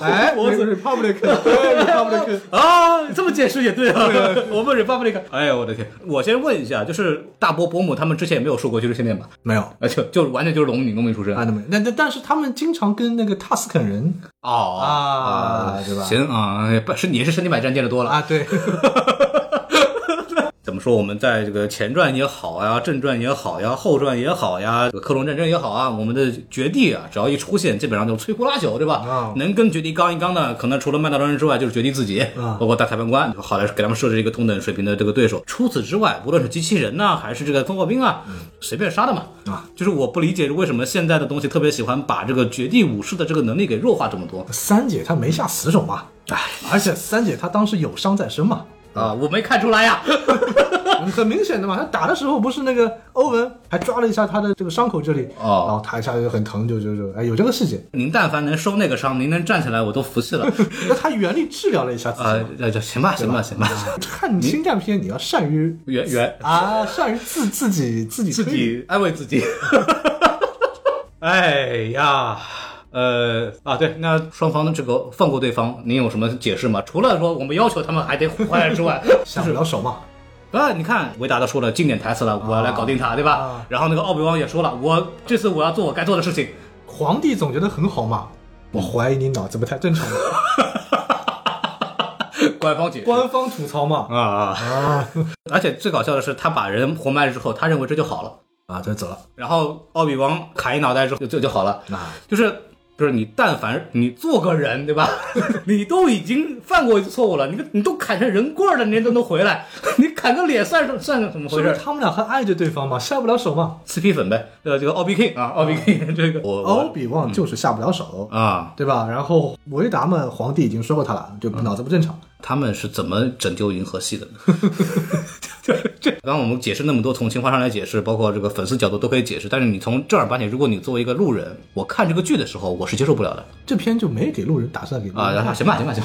B: 哎，
A: 红脖子
B: Republic，Republic，
A: 啊，这么解释也对啊。我们 Republic，哎呦我的天！我先问一下，就是大伯伯母他们之前也没有受过军事训练吧？
B: (laughs) 没有。
A: 啊，就就完全就是农民农民出身
B: 啊，那没，那那但是他们经常跟那个塔斯肯人
A: 哦
B: 啊对吧
A: 行啊，哎不是你也是身经百战见得多了。
B: 啊，对，
A: 怎么说？我们在这个前传也好呀，正传也好呀，后传也好呀，这个克隆战争也好啊，我们的绝地啊，只要一出现，基本上就是摧枯拉朽，对吧？
B: 啊
A: 能跟绝地刚一刚的，可能除了曼达洛人之外，就是绝地自己，
B: 啊
A: 包括大裁判官，好来给他们设置一个同等水平的这个对手。除此之外，不论是机器人呐、还是这个风暴兵啊，随便杀的嘛。
B: 嗯啊，
A: 就是我不理解为什么现在的东西特别喜欢把这个绝地武士的这个能力给弱化这么多
B: 三姐她没下死手嘛，哎，而且三姐她当时有伤在身嘛，
A: 啊！我没看出来
B: (laughs)
A: 呀。
B: 很明显的嘛，她打的时候不是那个欧文还抓了一下她的这个伤口这里，
A: 哦
B: 然后她一下就很疼，就就就哎有这个细节， (laughs)
A: 您但凡能收那个伤，您能站起来，我都服气了。
B: 那她原力治疗了一下自己
A: 啊
B: 嘛。，
A: 那就行吧，行吧，行吧。
B: 看星战哎片，你要善于
A: (laughs) 原原
B: 啊，善于自自己自己
A: 自
B: 推理
A: 己安慰自己。 (laughs) 哎呀，呃啊，对，那双方的这个放过对方，您有什么解释吗？除了说我们要求他们还得还原之
B: (laughs)
A: 外，
B: 下不了手嘛，
A: 啊，你看维达都说了经典台词了，我要来搞定他，对吧？
B: 啊
A: 然后那个奥比王也说了，我这次我要做我该做的事情。
B: 皇帝总觉得很好嘛，我怀疑你脑子不太正 (laughs) 常嘛，
A: 官方解释
B: 官方吐槽嘛，
A: 啊啊！
B: 啊 (laughs)
A: 而且最搞笑的是，他把人活埋了之后，他认为这就好了。
B: 啊，这走了。
A: 然后奥比王砍一脑袋之后就就就好了。
B: 啊
A: 就是就是你但凡你做个人，对吧？ (laughs) 你都已经犯过错误了，你你都砍成人棍了，你都能回来， (laughs) 你砍个脸算是算怎么回
B: 是不
A: 事
B: 是？他们俩还爱着对方嘛，下不了手嘛。
A: 四批粉呗，呃，这个奥比 King 啊，奥比 King 这个我
B: 奥
A: 我
B: 哦比旺就是下不了手，
A: 啊，
B: 对吧？然后维达们皇帝已经说过他了，就
A: 嗯
B: 脑子不正常。
A: 他们是怎么拯救银河系的呢？ (laughs) 这这，刚刚我们解释那么多，从情怀上来解释，包括这个粉丝角度都可以解释。但是你从正儿八经，如果你作为一个路人，我看这个剧的时候，我是接受不了的
B: 这篇就没给路人打算给路
A: 啊。
B: 人
A: 然后行吧，行吧，行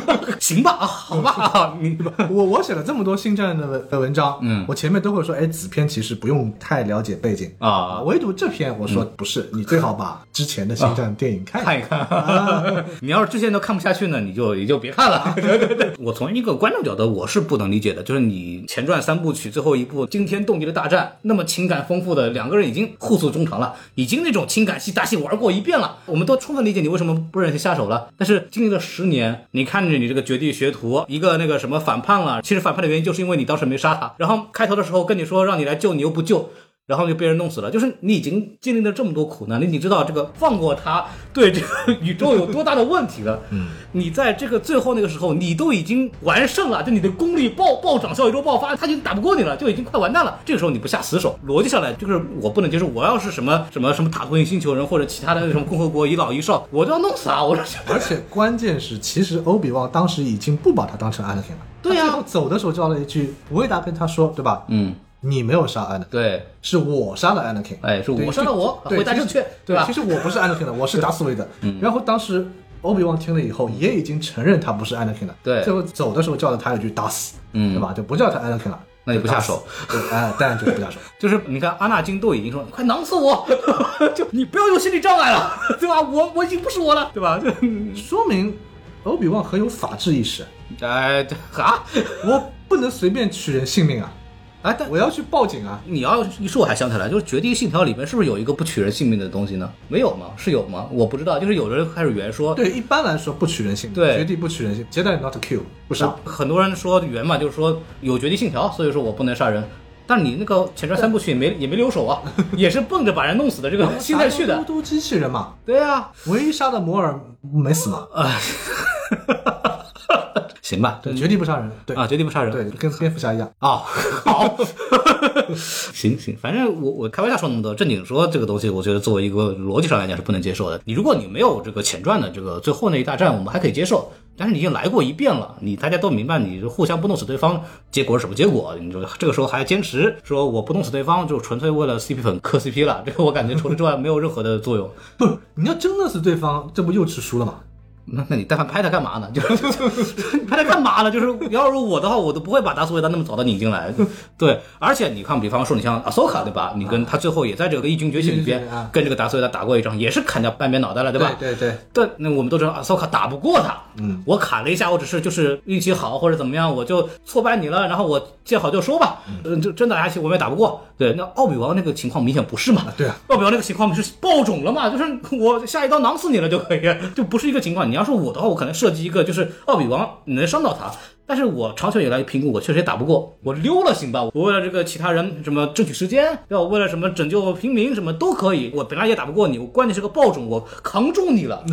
A: 吧， (laughs) 行吧啊，好吧 (laughs) 啊，你
B: (laughs) 我我写了这么多星战的文的文章，嗯，我前面都会说，哎，此篇其实不用太了解背景
A: 啊嗯
B: 唯独这篇我说不是，你最好把之前的星战电影
A: (laughs)
B: 看一
A: 看一看。 (laughs) 你要是之前都看不下去呢，你就也就别看了。对对对，我从一个观众角度，我是不能理解的，就是你前传三部曲最后一部惊天动地的大战，那么情感丰富的两个人已经互诉衷肠了，已经那种情感戏大戏玩过一遍了，我们都充分理解你为什么不忍心下手了。但是经历了十年，你看着你这个绝地学徒一个那个什么反叛了，其实反叛的原因就是因为你当时没杀他，然后开头的时候跟你说让你来救，你又不救。然后就被人弄死了。就是你已经经历了这么多苦难，你你知道这个放过他对这个宇宙有多大的问题了。嗯，你在这个最后那个时候，你都已经完胜了，就你的功力暴暴涨，小宇宙爆发，他已经打不过你了，就已经快完蛋了。这个时候你不下死手，逻辑上来就是我不能接受。我要是什么什么什么塔图因星球人或者其他的什么共和国遗老遗少，我都要弄死啊！我说这
B: (laughs) 而且关键是，其实欧比旺当时已经不把他当成安德肯了。
A: 对啊
B: 他最后走的时候叫了一句，维达跟他说，对吧？
A: 嗯，
B: 你没有杀安德肯，
A: (laughs) 对，
B: 是我杀了安德肯。
A: 哎是我
B: 对
A: 杀了我
B: 对
A: 回答
B: 其实
A: 正确对
B: 对
A: 吧
B: 其实我不是安德肯的，
A: (laughs)
B: 我是达斯维德。
A: 嗯
B: 然后当时欧比旺听了以后，也已经承认他不是安德肯了。
A: 对
B: 最后走的时候叫了他一句达斯，
A: 嗯
B: 对吧？就不叫他安德肯了。
A: 那也不下
B: 达斯
A: 手，
B: 对，哎，当然就不下手。
A: 就是你看阿纳金都已经说快囊死我， (laughs) 就你不要有心理障碍了， (laughs) 对吧？我我已经不是我了，对吧？就 (laughs)
B: 说明欧比旺很有法治意识，
A: 哎，这啊，
B: 我不能随便取人性命啊，
A: 哎，但
B: 我要去报警啊。
A: 你要一说，我还想起来，就是《绝地信条》里面是不是有一个不取人性命的东西呢？没有吗？是有吗？我不知道，就是有的人开始原说，
B: 对，一般来说不取人性命，
A: 对
B: 绝对不取人性命，绝对 not kill，不杀。
A: 很多人说原嘛，就是说有绝地信条，所以说我不能杀人。但你那个前传三部曲也没也没留手啊，也是蹦着把人弄死的这
B: (laughs)
A: 个心态去
B: 杀
A: 的。
B: 嘟嘟机器人嘛，
A: 对啊，
B: 唯一杀的摩尔没死嘛，
A: 嗯 (laughs) 行吧，
B: 对，绝对不杀人，对
A: 啊，绝地不杀人，
B: 对，跟蝙蝠侠一样。
A: 哦，好， (laughs) 行行，反正我我开玩笑说那么多，正经说这个东西，我觉得作为一个逻辑上来讲是不能接受的。你如果你没有这个前传的这个最后那一大战，我们还可以接受，但是你已经来过一遍了，你大家都明白，你互相不弄死对方，结果是什么结果？你说这个时候还坚持说我不弄死对方，就纯粹为了 CP 粉磕 CP 了，这个我感觉除了之外没有任何的作用。
B: 不，你要真弄死对方，这不又吃书了吗？
A: 那那你但凡拍他干嘛呢？就是 (laughs) 你拍他干嘛呢？就是要是我的话，我都不会把达斯维达那么早的拧进来。对，而且你看，比方说你像阿索卡对吧？你跟他最后也在这个义军崛起里边
B: 对对对啊
A: 跟这个达斯维达打过一仗，也是砍掉半边脑袋了，对吧？
B: 对啊对，
A: 但那我们都知道阿索卡打不过他，嗯，我砍了一下，我只是就是运气好或者怎么样，我就挫败你了，然后我见好就收吧，嗯，就真打下去我们也打不过，对，那奥比王那个情况明显不是嘛，
B: 对啊，
A: 奥比王那个情况是爆种了嘛，就是我下一刀囊死你了就可以，就不是一个情况。你要是我的话，我可能设计一个就是奥比王你能伤到他。但是我长久以来评估，我确实也打不过，我溜了行吧？我为了这个其他人什么争取时间，要为了什么拯救平民什么都可以，我本来也打不过你，我关键是个爆种，我扛住你了。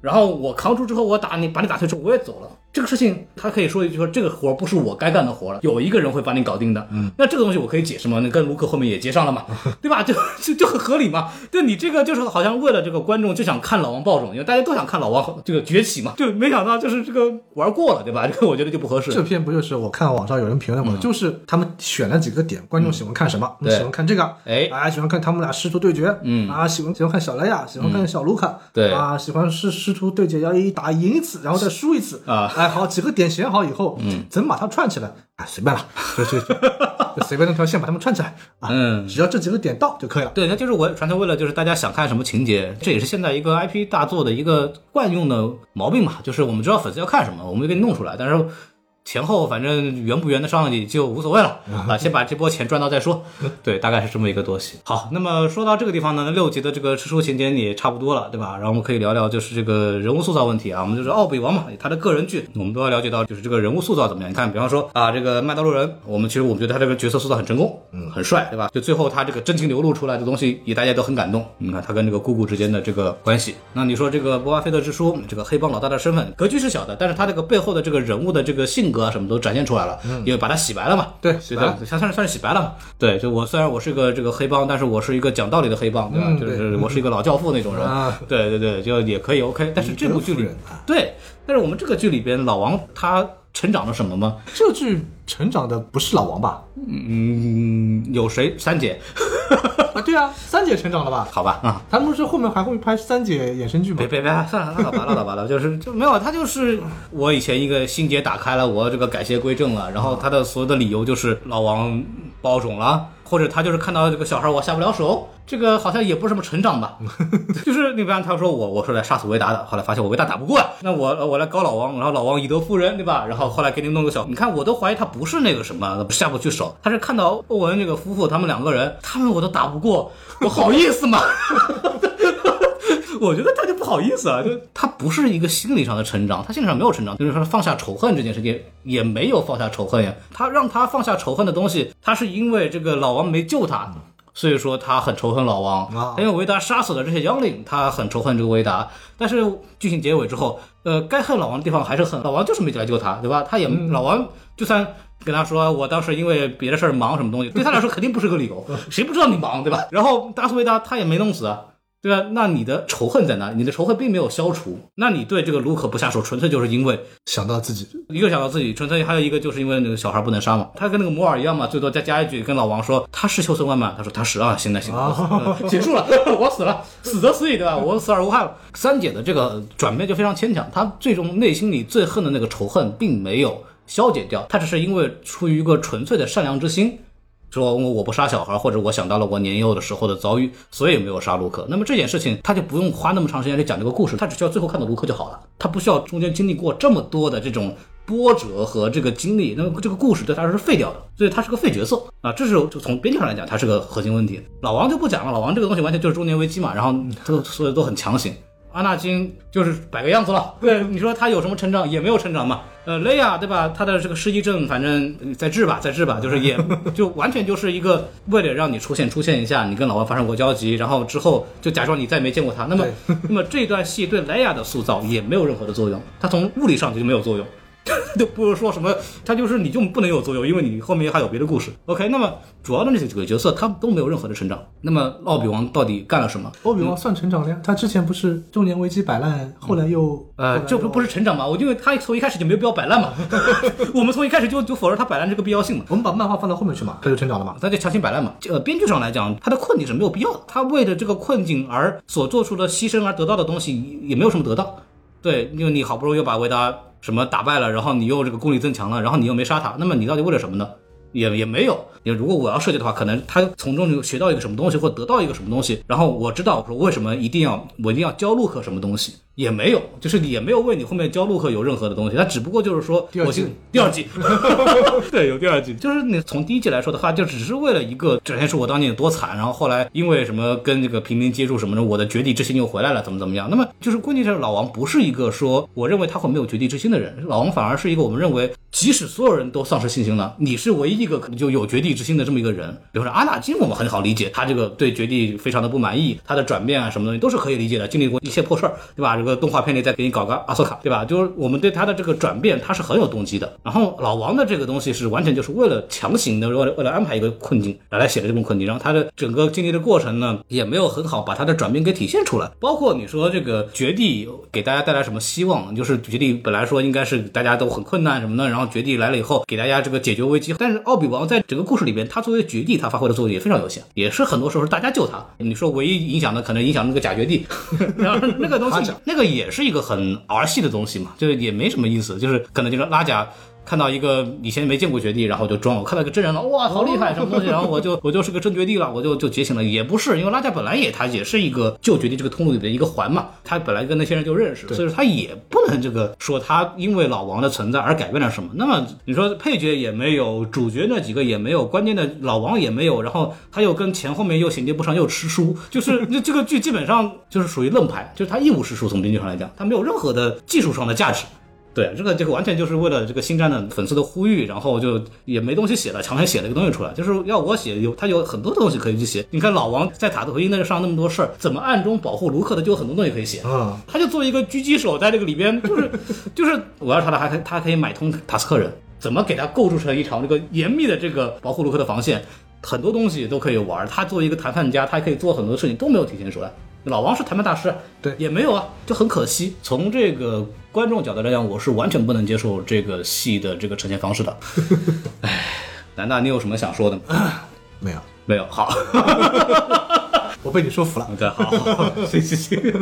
A: 然后我扛住之后，我打你，把你打退之后，我也走了。这个事情，他可以说一句说，这个活儿不是我该干的活儿了，有一个人会把你搞定的。嗯，那这个东西我可以解释吗？那跟卢克后面也接上了嘛，对吧？就就就很合理嘛。就你这个就是好像为了这个观众就想看老王爆种，因为大家都想看老王这个崛起嘛，就没想到就是这个玩过了，对吧？这个我觉得就不合适。
B: 这篇不就是我看网上有人评论过，就是他们选了几个点，观众喜欢看什么？
A: 对
B: 喜欢看这个，
A: 哎
B: 啊，喜欢看他们俩师徒对决，嗯啊，喜欢喜欢看小莱娅，喜欢看小卢卡，
A: 对
B: 啊，喜欢是师徒对决要一打赢一次，然后再输一次
A: 啊
B: 哎，好，几个点选好以后，嗯，怎么把它串起来？哎，随便了，就就就 (laughs) 就随便弄条线把它们串起来啊，
A: 嗯
B: 只要这几个点到就可以了。
A: 对，那就是我传承为了就是大家想看什么情节，这也是现在一个 IP 大作的一个惯用的毛病嘛，就是我们知道粉丝要看什么，我们就给你弄出来，但是。前后反正圆不圆得上去就无所谓了啊，先把这波钱赚到再说。对，大概是这么一个东西。好，那么说到这个地方呢，那六集的这个吃书情节也差不多了，对吧？然后我们可以聊聊就是这个人物塑造问题啊。我们就是奥比王嘛，他的个人剧，我们都要了解到就是这个人物塑造怎么样。你看，比方说啊，这个麦当劳人，我们其实我们觉得他这个角色塑造很成功，嗯，很帅，对吧？就最后他这个真情流露出来的东西，也大家都很感动。你看他跟这个姑姑之间的这个关系，那你说这个波巴菲特之书，这个黑帮老大的身份格局是小的，但是他这个背后的这个人物的这个性格啊，什么都展现出来了，因为把他洗白了嘛，
B: 嗯对洗
A: 对
B: 白了
A: 吧？他算是算是洗白了嘛。对，就我虽然我是一个这个黑帮，但是我是一个讲道理的黑帮，对吧？
B: 嗯
A: 就
B: 对
A: 是我是一个老教父那种人，
B: 啊
A: 对对对，就也可以 OK。但是这部剧
B: 以
A: 里
B: 德服人啊，
A: 对，但是我们这个剧里边，老王他成长了什么吗？
B: 这剧成长的不是老王吧？
A: 嗯，有谁？三姐，
B: 啊，对啊，三姐成长了吧？
A: 好吧啊。
B: 他们不是后面还会拍三姐衍生剧吗
A: 别？别别， (laughs) 算了，拉倒吧，拉倒吧了，就是就没有，他就是我以前一个心结打开了，我这个改邪归正了，然后他的所有的理由就是老王包种了，或者他就是看到这个小孩我下不了手，这个好像也不是什么成长吧， (laughs) 就是你比方他说我我是来杀死维达的，后来发现我维达打不过呀，那我我来搞老王，然后老王以德服人，对吧？然后后来给你弄个小，你看我都怀疑他不是那个什么下不去手，他是看到欧文这个夫妇他们两个人，他们我都打不过，我好意思吗？ (laughs) 我觉得他就不好意思啊，就他不是一个心理上的成长，他心理上没有成长，就是说放下仇恨这件事情也没有放下仇恨呀。他让他放下仇恨的东西，他是因为这个老王没救他，所以说他很仇恨老王。
B: 啊
A: 因为维达杀死了这些妖灵，他很仇恨这个维达。但是剧情结尾之后，呃，该恨老王的地方还是恨，老王就是没来救他，对吧？他也、老王就算。跟他说，我当时因为别的事儿忙，什么东西，对他来说肯定不是个理 (laughs) 由，谁不知道你忙，对吧？然后达斯维达他也没弄死啊，对吧？那你的仇恨在哪里？你的仇恨并没有消除，那你对这个卢可不下手，纯粹就是因为
B: 想到自己，
A: 一个想到自己，纯粹还有一个就是因为那个小孩不能杀嘛。他跟那个摩尔一样嘛，最多再加一句跟老王说他是休斯万吗？他说他是啊，行了行了，嗯结束了， (laughs) 我死了，死则死矣，对吧？我死而无憾了。三姐的这个转变就非常牵强，她最终内心里最恨的那个仇恨并没有消解掉，她只是因为出于一个纯粹的善良之心，说我我不杀小孩，或者我想到了我年幼的时候的遭遇，所以没有杀卢克。那么这件事情，他就不用花那么长时间去讲这个故事，他只需要最后看到卢克就好了，他不需要中间经历过这么多的这种波折和这个经历。那么这个故事对他来说是废掉的，所以他是个废角色啊。这是就从编剧上来讲，他是个核心问题。老王就不讲了，老王这个东西完全就是中年危机嘛，然后都所有都很强行。阿纳金就是摆个样子了。对，你说他有什么成长？也没有成长嘛。呃，雷亚对吧？他的这个失忆症，反正呃再治吧，再治吧，就是也 (laughs) 就完全就是一个为了让你出现出现一下，你跟老王发生过交集，然后之后就假装你再没见过他。那么 (laughs) 那么这段戏对雷亚的塑造也没有任何的作用，他从物理上就没有作用。 (laughs) 就不是说什么，他就是你就不能有作用，因为你后面还有别的故事。OK，那么主要的那几个角色，他们都没有任何的成长。那么奥比王到底干了什么？
B: (laughs) 欧比旺算成长了呀。他之前不是中年危机摆烂，后来又
A: 呃，这不不
B: 是
A: 是成长嘛？我因为他从一开始就没有必要摆烂嘛， (laughs) 我们从一开始就就否认他摆烂这个必要性嘛，
B: 我们把漫画放到后面去嘛，他就成长了嘛。
A: 他就强行摆烂嘛。呃，编剧上来讲，他的困境是没有必要的，他为了这个困境而所做出的牺牲而得到的东西也也没有什么得到。对，因为你好不容易又把维达什么打败了，然后你又这个功力增强了，然后你又没杀他，那么你到底为了什么呢？也也没有。也如果我要设计的话，可能他从中就学到一个什么东西，或得到一个什么东西，然后我知道我说为什么一定要我一定要教陆克什么东西，也没有，就是也没有为你后面教陆克有任何的东西，他只不过就是说
B: 第二
A: 我
B: 季
A: 先第二季， (laughs) 对，有第二季，就是你从第一季来说的话，就只是为了一个展现出我当年有多惨，然后后来因为什么跟这个平民接触什么的，我的绝地之心又回来了，怎么怎么样？那么就是关键是老王不是一个说我认为他会没有绝地之心的人，老王反而是一个我们认为即使所有人都丧失信心了，你是唯一一个可能就有绝地之心的这么一个人。比如说阿纳金，我们很好理解，他这个对绝地非常的不满意，他的转变啊什么东西都是可以理解的，经历过一切破事儿，对吧？这个动画片里再给你搞个阿索卡，对吧？就是我们对他的这个转变，他是很有动机的。然后老王的这个东西是完全就是为了强行的，为了为了安排一个困境来来写的这种困境，然后他的整个经历的过程呢，也没有很好把他的转变给体现出来。包括你说这个绝地给大家带来什么希望，就是绝地本来说应该是大家都很困难什么的，然后绝地来了以后给大家这个解决危机，但是奥比王在整个故事里边，他作为绝地，他发挥的作用也非常有限，也是很多时候是大家救他。你说唯一影响的可能影响那个假绝地， (laughs) 然后那个东西那个也是一个很儿戏的东西嘛，就是也没什么意思，就是可能就是拉贾。看到一个以前没见过绝地，然后就装我看到一个真人了，哇，好厉害，什么东西，然后我就我就是个真绝地了，我就就觉醒了。也不是，因为拉加本来也他也是一个旧绝地这个通路里的一个环嘛，他本来跟那些人就认识，所以说他也不能这个说他因为老王的存在而改变了什么。那么你说配角也没有，主角那几个也没有，关键的老王也没有，然后他又跟前后面又衔接不上，又吃书，就是那这个剧基本上就是属于愣拍，就是他一无是处。从编剧上来讲，他没有任何的技术上的价值。对，这个这个完全就是为了这个星战的粉丝的呼吁，然后就也没东西写了，强行写了一个东西出来，就是要我写有他有很多的东西可以去写。你看老王在塔特回那上那么多事儿，怎么暗中保护卢克的，就有很多东西可以写。
B: 啊，
A: 他就作为一个狙击手，在这个里边就是就是，我要是他的还可以他可以买通塔斯克人，怎么给他构筑成一场这个严密的这个保护卢克的防线，很多东西都可以玩。他作为一个谈判家，他可以做很多事情都没有体现出来。老王是谈判大师，
B: 对
A: 也没有啊，就很可惜。从这个观众角度来讲，我是完全不能接受这个戏的这个呈现方式的。唉，难道你有什么想说的吗？
B: 没有，
A: 没有，好。
B: 我被你说服 (laughs) 了。
A: 对，好，行行行。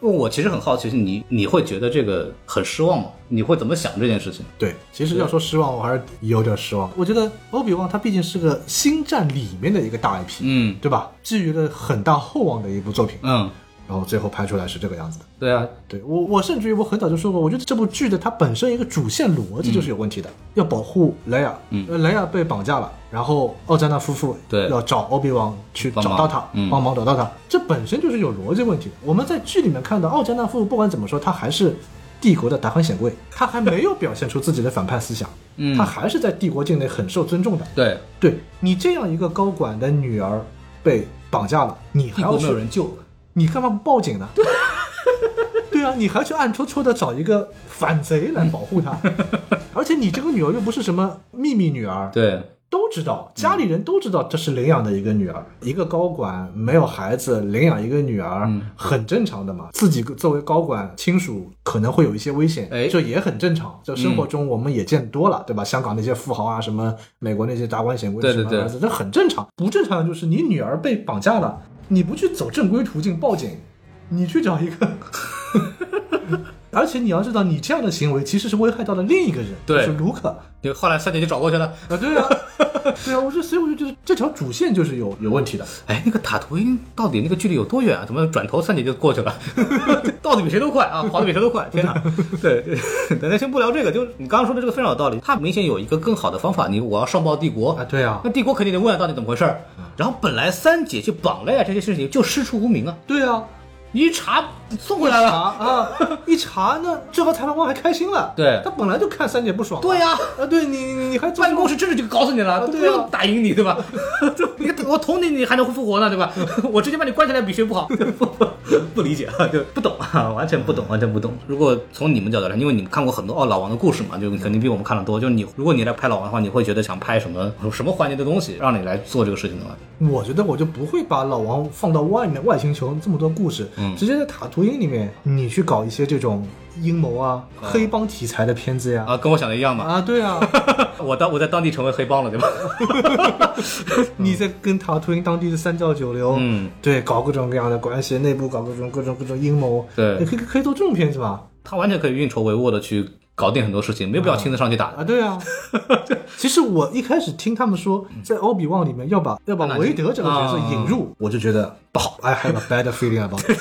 A: 我其实很好奇，你你会觉得这个很失望吗？你会怎么想这件事情？
B: (laughs) 对，其实要说失望，我还是有点失望。我觉得欧比旺他毕竟是个星战里面的一个大 IP，
A: 嗯
B: 对吧？寄予了很大厚望的一部作品，
A: 嗯，
B: 然后最后拍出来是这个样子的。
A: 对啊，
B: 对我，我甚至于我很早就说过，我觉得这部剧的它本身一个主线逻辑就是有问题的，要保护莱雅，
A: 嗯
B: 呃莱雅被绑架了，然后奥加纳夫妇
A: 对
B: 要找欧比王去
A: 帮
B: 找
A: 忙
B: 到他，
A: 嗯
B: 帮忙找到他，这本身就是有逻辑问题的。我们在剧里面看到奥加纳夫妇不管怎么说，他还是帝国的达官显贵，他还没有表现出自己的反叛思想，
A: (laughs) 嗯
B: 他还是在帝国境内很受尊重的。
A: 对，
B: 对你这样一个高管的女儿被绑架了，你还
A: 帝
B: 要
A: 国没
B: 去
A: 有人救，
B: 你干嘛不报警呢？对啊，你还去暗戳戳的找一个反贼来保护她，而且你这个女儿又不是什么秘密女儿，
A: 对，
B: 都知道，家
A: 嗯
B: 里人都知道这是领养的一个女儿，一个高管没有孩子，领养一个女儿、
A: 嗯
B: 很正常的嘛。自己作为高管亲属可能会有一些危险，
A: 哎嗯
B: 这也很正常。这生活中我们也见多了，对吧？香港那些富豪啊，什么美国那些达官显贵
A: 对
B: 什么
A: 对对
B: 儿子，这很正常。不正常的就是你女儿被绑架了，你不去走正规途径报警，你去找一个。 (laughs) 而且你要知道，你这样的行为其实是危害到了另一个人，
A: 对
B: 就是卢克。
A: 就后来三姐就找过去了。
B: 啊，对啊，对啊，我就所以我就觉得这条主线就是有有问题的。
A: 哎，那个塔图因到底那个距离有多远啊？怎么转头三姐就过去了？ (laughs) 到底比谁都快啊，跑得比谁都快！ (laughs) 天哪！对，对咱先不聊这个，就是你刚刚说的这个非常有道理。他明显有一个更好的方法，你我要上报帝国
B: 啊对啊
A: 那帝国肯定得问到底怎么回事儿。然后本来三姐去绑了呀，这些事情就师出无名啊，
B: 对啊，
A: 你一查送回来
B: 查
A: 了。
B: 啊，一查呢，这和裁判官还开心了。
A: 对
B: 他本来就看三姐不爽。
A: 对呀、
B: 啊，对你你你还做
A: 办公室政治就告诉你了，
B: 啊
A: 都不
B: 对啊
A: 用打赢哦你，对吧？ (laughs) 你我捅你，你还能复活呢，对吧？ (laughs) 我直接把你关起来比谁不好？不不 (laughs) 不理解啊，就不懂啊，完全不懂，完全不懂。如果从你们角度来，因为你们看过很多哦老王的故事嘛，就肯定比我们看的多。就是你，如果你来拍老王的话，你会觉得想拍什么什么环节的东西，让你来做这个事情的话，
B: 我觉得我就不会把老王放到外面外星球这么多故事，
A: 嗯
B: 直接在塔图因里面你去搞一些这种阴谋啊、黑帮题材的片子呀。
A: 啊，跟我想的一样嘛。 (laughs)
B: 啊，对啊，
A: 我当我在当地成为黑帮了，对吧？
B: 你在跟塔图因当地的三教九流，
A: 嗯，
B: 对，搞各种各样的关系，内部搞各种各种各种阴谋，
A: 对
B: 你可以可以做这种片子吧？
A: 他完全可以运筹帷幄的去搞定很多事情，没有必要亲自上去打的。
B: 啊，
A: (laughs)
B: 对啊。其实我一开始听他们说，在《奥比旺》里面要
A: 嗯
B: 把要把韦德这个角色
A: 啊
B: 引入，我就觉得不好，I have a bad feeling about it。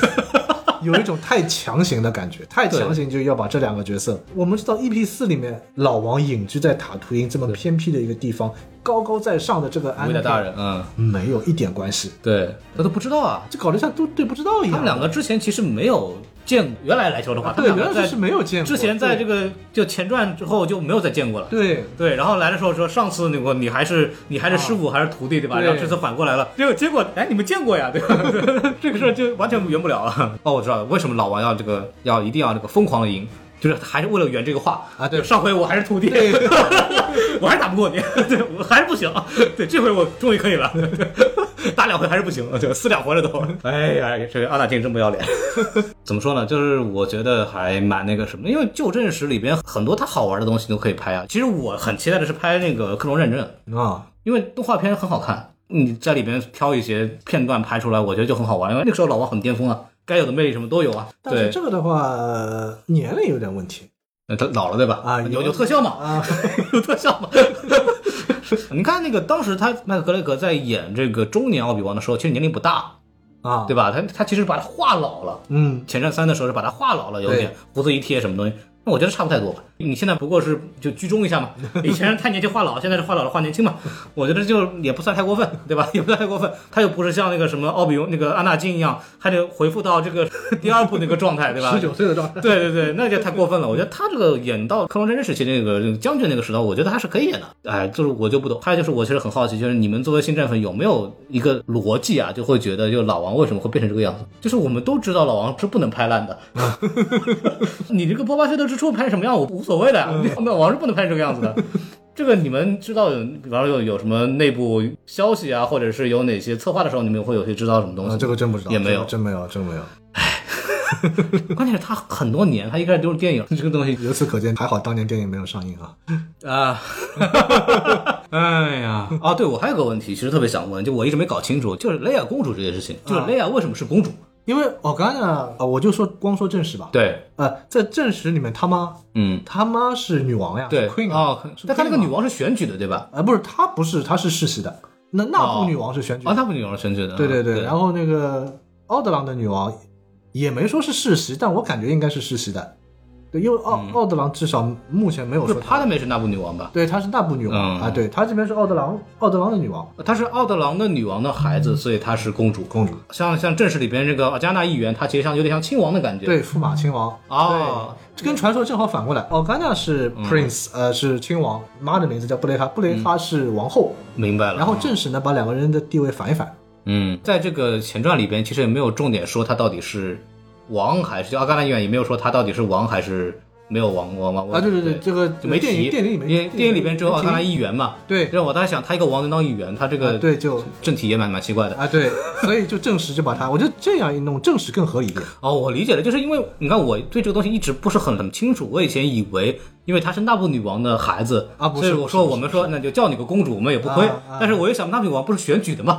B: 有
A: (laughs)
B: 一种太强行的感觉，太强行就要把这两个角色。我们知道 EP 四里面，老王隐居在塔图因这么偏僻的一个地方，高高在上的这个安
A: 伟
B: 娜
A: 大大人，嗯，
B: 没有一点关系，
A: 对他都不知道啊，
B: 就搞得像都对不知道一样。
A: 他们两个之前其实没有见，原来啊来球的话，他
B: 对
A: 们
B: 原
A: 两个
B: 来
A: 在
B: 是没有见过，
A: 之前在这个就前传之后就没有再见过了。
B: 对
A: 对，然后来的时候说上次那个你还是你还是师傅还是徒弟对吧？
B: 对
A: 然后这次反过来了，结果结果哎你们见过呀对吧？ (laughs) 这个事儿就完全圆不了了。哦，我知道了，为什么老王要这个要一定要这个疯狂的赢，就是还是为了圆这个话
B: 啊对
A: 就上回我还是徒弟，
B: 对
A: (laughs) 我还是打不过你，对我还是不行，对这回我终于可以了， (laughs) 打两回还是不行，对撕两回了都。哎呀，这个阿纳金真不要脸。 (laughs) 怎么说呢？就是我觉得还蛮那个什么，因为旧正史里边很多它好玩的东西都可以拍啊。其实我很期待的是拍那个克隆认证，
B: 啊，
A: 因为动画片很好看，你在里边挑一些片段拍出来，我觉得就很好玩。因为那个时候老王很巅峰啊，该有的魅力什么都有啊。
B: 但是
A: 对，
B: 这个的话、呃年龄有点问题。
A: 呃他老了对吧？
B: 啊
A: 有
B: 有
A: 有特效吗？
B: 啊，
A: (laughs) 有特效吗？你看那个当时他麦克格雷格在演这个中年奥比王的时候，其实年龄不大，
B: (laughs) 啊，
A: 对
B: 吧？
A: 吧？他他其实把他画老了，
B: 嗯，
A: 前战三的时候是把他画老了，有点
B: 对
A: 胡子一贴什么东西。那我觉得差不太多吧。你现在不过是就居中一下嘛，以前是太年轻画老，现在是画老了画年轻嘛。我觉得就也不算太过分，对吧？也 (laughs) 不算太过分。他又不是像那个什么奥比那个安纳金一样，还得回复到这个 (laughs) 第二部那个状态，对吧？
B: 十九岁
A: (laughs)
B: 的状态，
A: 对对对，那就太过分了。我觉得他这个演到克隆战争时期那个那个将军那个时候，我觉得他是可以演的。哎，就是我就不懂。还有就是，我其实很好奇，就是你们作为新战粉有没有一个逻辑啊，就会觉得就老王为什么会变成这个样子？就是我们都知道老王是不能拍 (laughs) 烂的，你这个波巴菲特之初拍什么样我无所谓的呀，老王是不能拍成这个样子的。这个你们知道有，比方说有有什么内部消息啊，或者是有哪些策划的时候，你们会有些知道什么东西
B: 啊，
A: 吗？
B: 这个真不知道，
A: 也没有
B: 这个真没有，真没有。
A: 关键是他很多年，他一开始就是电影 (laughs) 这个东西
B: 由此可见，还好当年电影没有上映啊。
A: 啊， (laughs) 哎呀，啊，对我还有个问题，其实特别想问，就我一直没搞清楚，就是雷亚公主这件事情，就是雷亚为什么是公主？
B: 因为我刚才啊，我就说光说正史吧。，
A: 对，
B: 呃，在正史里面，他妈
A: 嗯，
B: 他妈是女王呀，
A: 对，
B: 是，queen 啊
A: 哦，
B: 是
A: 但她
B: queen
A: 那个女，
B: 啊
A: 王是选举的，对吧？
B: 呃，不是，她不是，她是世袭的。那那
A: 哦
B: 部女王是选举的
A: 啊，她不是女王是选举的，
B: 对
A: 嗯
B: 对
A: 对
B: 对，然后那个奥德朗的女王也没说是世袭，但我感觉应该是世袭的，对，因为奥、
A: 嗯
B: 奥德朗至少目前没有
A: 不是
B: 说
A: 帕
B: 她
A: 德梅是那部女王吧？
B: 对，她是那部女王、
A: 嗯
B: 啊，对，她这边是奥德朗奥德朗的女王
A: 她是奥德朗的女王的孩子，所以她是公主。
B: 公主，
A: 像像正史里边这个加纳议员，她其实像有点像亲王的感觉。
B: 对，驸马亲王
A: 哦，
B: 对跟传说正好反过来，奥甘娜是
A: 嗯
B: prince，、呃，是亲王，妈的名字叫布雷哈，布雷哈是王后，
A: 明白了。
B: 然后正史呢把两个人的地位反一反，
A: 嗯，在这个前传里边，其实也没有重点说他到底是王还是就阿甘拉医院也没有说他到底是王还是没有王王王
B: 啊，对对对，这个
A: 就没
B: 电
A: 提
B: 影电影里
A: 因
B: 面
A: 为电影里边只有奥甘拉
B: 一
A: 议员嘛。
B: 对啊
A: 让我当时想，他一个王能当议员，他这个
B: 对就。
A: 政体也蛮蛮奇怪的。
B: 啊，对，所以就正史就把他，我觉得这样一弄正史更合理一点。
A: 哦，我理解了，就是因为你看我对这个东西一直不是很很清楚，我以前以为因为她是那布女王的孩子
B: 啊不
A: 所
B: 是
A: 以我说
B: 不是
A: 我们说那就叫你个公主，我们也不亏。
B: 啊啊
A: 但是我又想，那布女王不是选举的 (laughs) 嘛？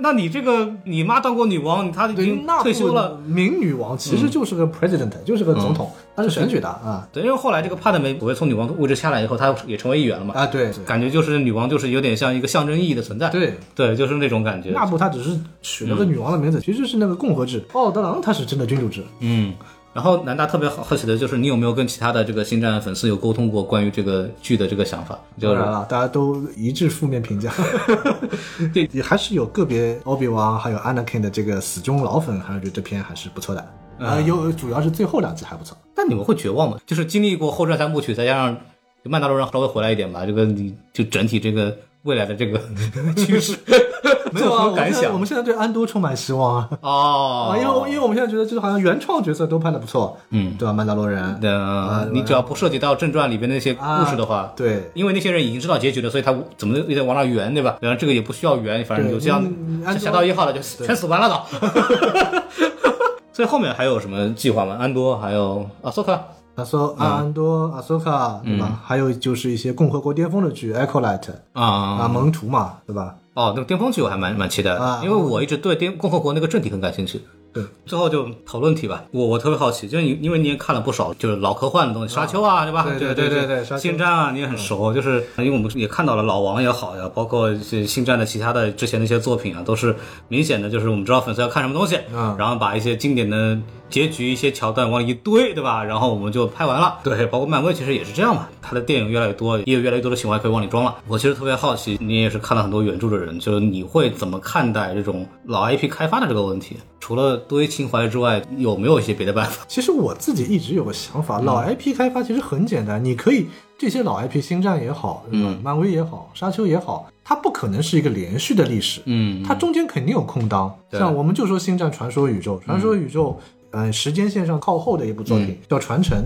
A: 那你这个你妈当过女王，她已经
B: 那嗯
A: 退休了，
B: 明女王其实就是个 president，、就是个总统，她是选举的啊
A: 对，因为后来这个帕德梅所谓从女王位置下来以后，她也成为议员了嘛，
B: 啊，对，
A: 感觉就是女王就是有点像一个象征意义的存在。
B: 对。
A: 对，就是那种感觉。
B: 纳布他只是取了个女王的名字，其实是那个共和制。奥德朗他是真的君主制，
A: 嗯。然后南大特别好好奇的就是，你有没有跟其他的这个星战粉丝有沟通过关于这个剧的这个想法？就
B: 当
A: 是
B: 然啊了，大家都一致负面评 (laughs) 价。
A: 对，
B: 也还是有个别奥比王还有 Anakin 的这个死忠老粉，还是觉得这篇还是不错的。啊、有主要是最后两集还不错。
A: 但你们会绝望吗？就是经历过后传三部曲，再加上就曼达洛人稍微回来一点吧，这个你就整体这个未来的这个 (laughs) 趋势，
B: (laughs) 没有啊，
A: 作
B: 我
A: 何
B: 们
A: 感
B: 现在
A: 想
B: 我们现在对安多充满希望啊。
A: 哦
B: 啊，，因为因为我们现在觉得就是好像原创角色都拍的不错，
A: 嗯
B: 对吧？曼达洛人，啊
A: 呃，你只要不涉及到正传里边那些故事的话，
B: 对，
A: 因为那些人已经知道结局了，所以他怎么也得往那儿圆，对吧？然后这个也不需要圆，反正
B: 对
A: 就这样
B: 嗯嗯，安
A: 像侠
B: 多
A: 盗一号了，就全死完了都。所以后面还有什么计划吗？安多还有啊，索克
B: 他
A: 嗯
B: 说阿安多、阿索卡，对吧？还有就是一些共和国巅峰的剧，Acolyte 啊，
A: 啊，
B: 蒙图嘛，对吧？
A: 哦，那个巅峰剧我还蛮蛮期待的
B: 啊，
A: 因为我一直对巅共和国那个政体很感兴趣。
B: 对，
A: 最后就讨论题吧，我我特别好奇，就是你因为你也看了不少就是老科幻的东西，沙丘啊，对吧？
B: 对对
A: 对
B: 对对对沙丘
A: 星战啊，你也很熟，就是呃因为我们也看到了老王也好呀，包括一些星战的其他的之前的一些作品啊，都是明显的就是我们知道粉丝要看什么东西，
B: 嗯
A: 然后把一些经典的结局、一些桥段往里一堆，对吧？然后我们就拍完了。对，包括漫威其实也是这样嘛，它的电影越来越多，也有越来越多的情怀可以往里装了。我其实特别好奇，你也是看了很多原著的人，就是你会怎么看待这种老 IP 开发的这个问题？除了堆情怀之外，有没有一些别的办法？
B: 其实我自己一直有个想
A: 嗯
B: 法，老 IP 开发其实很简单，你可以这些老 IP，星战也好，对吧
A: 嗯
B: 漫威也好，沙丘也好，它不可能是一个连续的历史，
A: 嗯
B: 它中间肯定有空档。
A: 对
B: 像我们就说《星战传说宇宙》，传说宇宙，嗯、时间线上靠后的一部作品、
A: 嗯
B: 叫《传承》，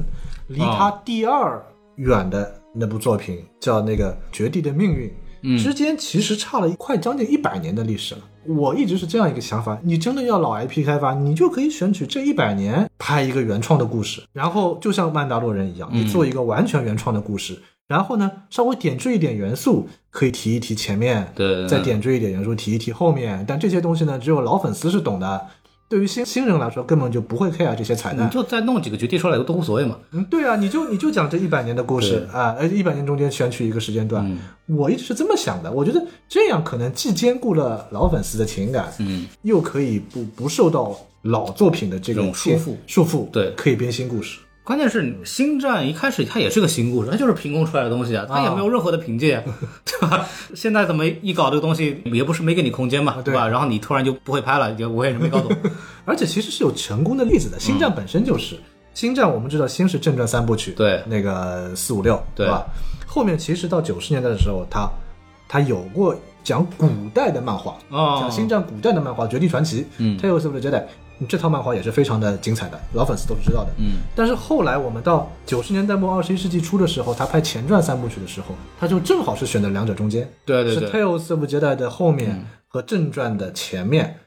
B: 离它第二远的那部作品叫那个《绝地的命运》。
A: 嗯
B: 之间其实差了快将近一百年的历史了。我一直是这样一个想法：你真的要老 IP 开发，你就可以选取这一百年拍一个原创的故事，然后就像《曼达洛人》一样，你做一个完全原创的故事，然后呢，稍微点缀一点元素，可以提一提前面，
A: 对
B: 再点缀一点元素，提一提后面。但这些东西呢，只有老粉丝是懂的。对于新新人来说根本就不会 care 这些彩
A: 你
B: 蛋。
A: 就再弄几个绝地出来都无所谓嘛。
B: 嗯，对啊，你就你就讲这一百年的故事啊，呃，一百年中间选取一个时间段，
A: 嗯
B: 我一直是这么想的。我觉得这样可能既兼顾了老粉丝的情感，
A: 嗯，
B: 又可以不不受到老作品的这
A: 这
B: 种
A: 种束缚
B: 束缚，
A: 对
B: 可以编新故事。
A: 关键是《星战》一开始它也是个新故事，它就是凭空出来的东西啊，它也没有任何的凭借， (laughs) 对吧？现在怎么一搞这个东西，也不是没给你空间嘛，
B: 对
A: 啊对吧？然后你突然就不会拍了，也我也是没搞 (laughs) 懂。
B: 而且其实是有成功的例子的，《星战》本身就是，星战》我们知道先是正传三部曲，
A: 嗯对
B: 那个四五六，
A: 对
B: 吧？后面其实到九十年代的时候，他他有过讲古代的漫画，
A: 哦
B: 讲《星战》古代的漫画《绝地传奇》
A: 嗯
B: Tales of the Jedi》，这套漫画也是非常的精彩的，老粉丝都是知道的。
A: 嗯，
B: 但是后来我们到九十年代末二十一世纪初的时候，他拍前传三部曲的时候，他就正好是选择两者中间，
A: 对对啊
B: 是
A: 对，
B: Tales of the Jedi 的后面和正传的前面，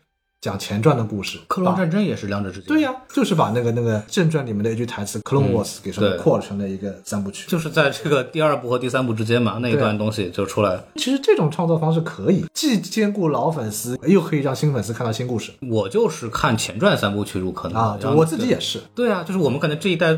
B: 讲前传的故事，
A: 克隆
B: 把
A: 战争也是两者之间。
B: 对呀、就是把那个那个正传里面的一句台词《Clone Wars》给什么
A: 对
B: 扩成了一个三部曲。
A: 就是在这个第二部和第三部之间嘛，那一段东西就出来了。
B: 其实这种创作方式可以，既兼顾老粉丝，又可以让新粉丝看到新故事
A: 我就是看前传三部曲入坑的
B: 啊！就
A: 然后
B: 我自己也是，
A: 对啊，就是我们可能这一代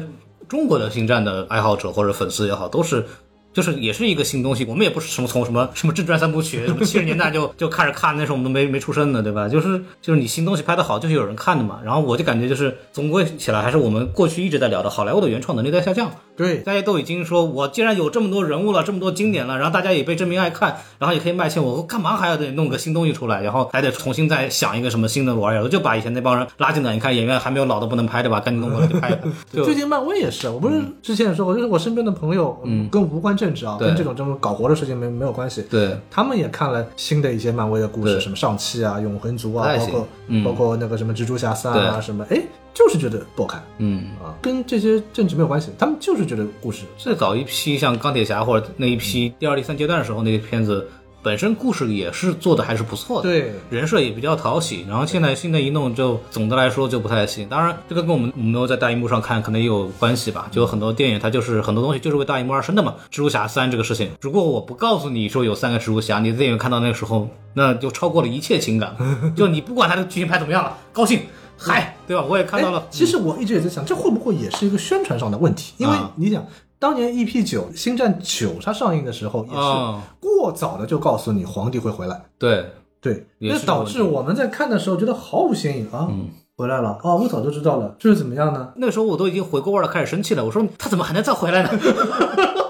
A: 中国的星战的爱好者或者粉丝也好，都是。就是也是一个新东西，我们也不是什么从什么什么正传三部曲，什么七十年代就 (laughs) 就开始看，那时候我们都没没出生呢，对吧？就是就是你新东西拍得好，就是有人看的嘛。然后我就感觉就是总归起来还是我们过去一直在聊的，好莱坞的原创能力在下降，
B: 对
A: 大家都已经说我既然有这么多人物了，这么多经典了，然后大家也被证明爱看，然后也可以卖钱，我干嘛还要得弄个新东西出来，然后还得重新再想一个什么新的玩意儿，我就把以前那帮人拉进来，你看演员还没有老的不能拍对吧？赶紧弄过来就拍吧。就
B: 最近漫威也是，我不是之前也说过，就是我身边的朋友，嗯，跟无关政治啊，
A: 嗯对
B: 跟这种这种搞活的事情没没有关系。
A: 对
B: 他们也看了新的一些漫威的故事，
A: 对
B: 什么上汽啊、永恒族啊，
A: 不太
B: 包
A: 行
B: 括、
A: 嗯
B: 包括那个什么蜘蛛侠三啊
A: 对
B: 什么，哎，就是觉得不好看
A: 嗯，
B: 啊，跟这些政治没有关系，他们就是觉得故事
A: 最早一批像钢铁侠或者那一批第二、第三阶段的时候，那些片子本身故事也是做的还是不错的。
B: 对
A: 人设也比较讨喜，然后现在现在一弄就总的来说就不太行。当然，这个跟我们没有在大荧幕上看可能也有关系吧。就有很多电影它就是很多东西就是为大荧幕而生的嘛。蜘蛛侠三这个事情，如果我不告诉你说有三个蜘蛛侠，你在电影院看到那个时候，那就超过了一切情
B: (laughs)
A: 感。就你不管它的剧情拍怎么样了，高兴嗨，对吧？我也看到
B: 哎
A: 了。
B: 其实我一直也在想，这会不会也是一个宣传上的问题？因为
A: 啊
B: 你想，当年 EP 九《星战九》它上映的时候，也
A: 哦
B: 是过早的就告诉你皇帝会回来，
A: 对，
B: 对，
A: 也
B: 那
A: 是个
B: 导
A: 问题嗯
B: 致我们在看的时候觉得毫无新意啊，回来了啊，我早就知道了，这是怎么样呢？
A: 那时候我都已经回过味儿了，开始生气了。我说他怎么还能再回来呢？ (laughs)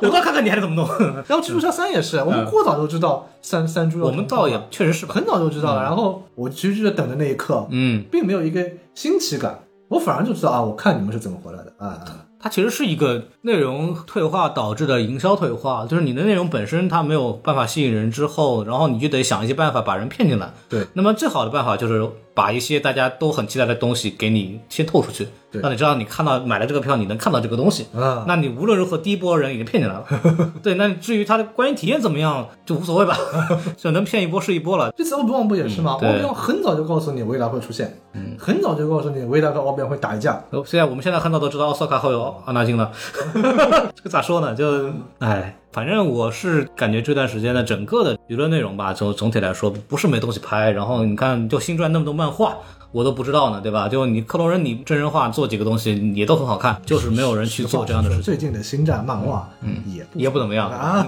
A: 我倒看看你还能怎
B: (laughs)
A: 么弄。
B: 然后蜘蛛侠三也是，啊我们过早就知道三三猪要
A: 嗯我们
B: 出来
A: 倒
B: 了
A: 也确实是吧，
B: 很早就知道了，然后我其实就等着那一刻，
A: 嗯。
B: 并没有一个新奇感，我反而就知道啊，我看你们是怎么回来的啊啊，
A: 它其实是一个内容退化导致的营销退化，就是你的内容本身它没有办法吸引人之后，然后你就得想一些办法把人骗进来。
B: 对
A: 那么最好的办法就是把一些大家都很期待的东西给你先透出去，
B: 对
A: 让你知道你看到买了这个票你能看到这个东西。
B: 啊
A: 那你无论如何第一波人已经骗进来了， (laughs) 对。那至于它的观影体验怎么样就无所谓吧， (laughs) 就能骗一波是一波了。
B: 这次奥比旺不也是吗？
A: 嗯对嗯
B: 奥比旺很早就告诉你维达会出现，很早就告诉你维达和奥比旺会打一架。
A: 呃现在我们现在很早都知道奥斯卡后有安纳金了， (laughs) 这个咋说呢？就哎，反正我是感觉这段时间的整个的娱乐内容吧，总总体来说不是没东西拍。然后你看，就新传那么多漫画，我都不知道呢，对吧？就你克隆人，你真人化做几个东西也都很好看，就是没有人去做这样的事情。
B: 最近的星战漫画，嗯，也不
A: 也不怎么样
B: 啊。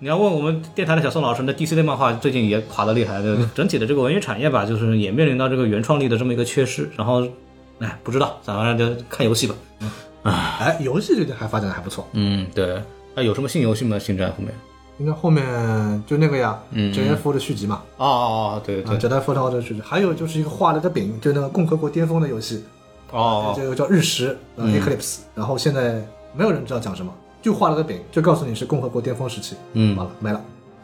A: 你要问我们电台的小宋老师，那 DC 的漫画最近也垮得厉害，就整体的这个文娱产业吧，就是也面临到这个原创力的这么一个缺失。然后，哎，不知道，咱们就看游戏吧。
B: 哎，游戏最近还发展的还不错。
A: 嗯，对。那有什么新游戏吗？星战后面？
B: 应该后面就那个呀，嗯，J F 的续集嘛，
A: 哦哦哦，对
B: 啊，
A: 对，
B: 绝代复仇者续集，还有就是一个画了个饼，就那个共和国巅峰的游戏，
A: 哦
B: 这个叫日食，呃，Eclipse，然后现在没有人知道讲什么，就画了个饼，就告诉你是共和国巅峰时期，
A: 嗯
B: 完了没了，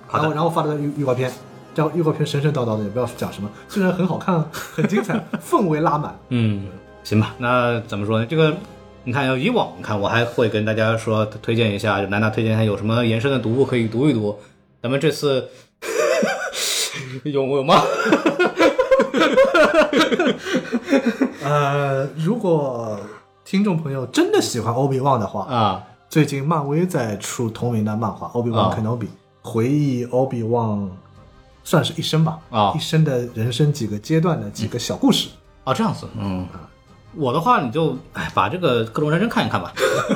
A: 好
B: 然
A: 的
B: 后然后发了个预预告片，这样预告片神神叨叨的，也不知道讲什么，虽然很好看 (laughs) 啊，很精彩，氛围拉满，
A: 嗯，行吧。那怎么说呢？这个你看，要以往看，我还会跟大家说推荐一下，楠楠推荐一下有什么延伸的读物可以读一读。咱们这次 (laughs) 有有吗？
B: 呃，如果听众朋友真的喜欢欧比旺的话，
A: 啊，
B: 最近漫威在出同名的漫画《欧比旺
A: 啊
B: Kenobi》，回忆欧比旺算是一生吧，
A: 啊
B: 一生的人生几个阶段的几个小故事，
A: 啊，这样子，嗯，我的话你就哎把这个《克隆战争》看一看吧，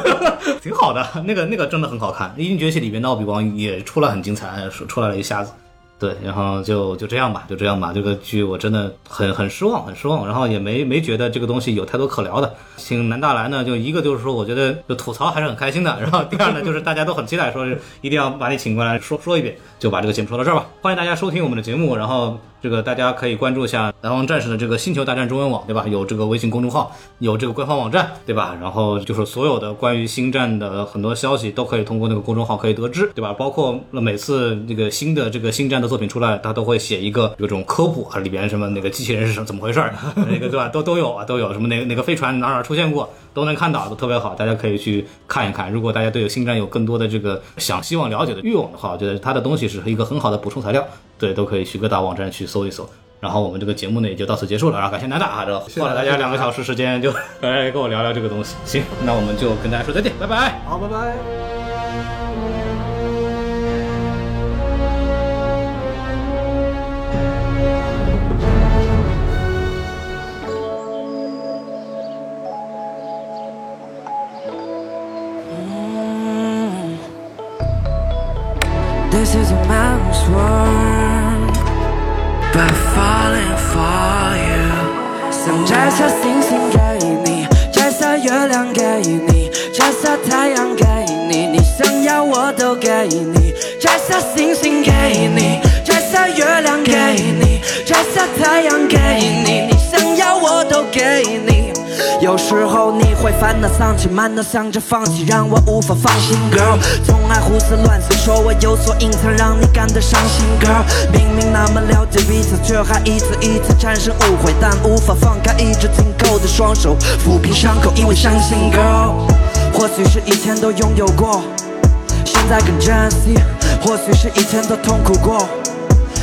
A: (laughs) 挺好的，那个那个真的很好看，《英雄崛起》里面的奥比王也出来很精彩，出出来了一下子。对，然后就就这样吧，就这样吧。这个剧我真的很很失望，很失望。然后也没没觉得这个东西有太多可聊的。请南大来呢，就一个就是说，我觉得就吐槽还是很开心的。然后第二呢，就是大家都很期待，说是一定要把你请过来说说一遍，就把这个节目说到这儿吧。欢迎大家收听我们的节目，然后这个大家可以关注一下《南方战士》的这个《星球大战》中文网，对吧？有这个微信公众号，有这个官方网站，对吧？然后就是所有的关于星战的很多消息都可以通过那个公众号可以得知，对吧？包括每次这个新的这个星战的作品出来，他都会写一个有种科普啊，里边什么那个机器人是什么怎么回事儿，那个对吧？都都有啊，都有什么哪哪个飞船哪哪出现过，都能看到，都特别好，大家可以去看一看。如果大家对星战有更多的这个想希望了解的欲望的话，我觉得它的东西是一个很好的补充材料，对，都可以去各大网站去搜一搜。然后我们这个节目呢也就到此结束了，然后感谢南大啊，这花了大家两个小时时间就来跟我聊聊这个东西。行，那我们就跟大家说再见，拜拜。
B: 好，拜拜。
D: Mm. This is a mountain's world But falling for you Sometimes 像星星给你，摘下月亮给你，摘下太阳给你，你想要我都给你，摘下星星给你，摘下月亮给你，摘下太阳给你，你想要我都给你。有时候你会烦恼丧气，满脑想着放弃，让我无法放心。Girl，总爱胡思乱想，说我有所隐藏，让你感到伤心。Girl，明明那么了解彼此，却还一次一次产生误会，但无法放开一直紧扣的双手，抚平伤口，因为伤心。Girl，或许是以前都拥有过，现在更珍惜；或许是以前都痛苦过。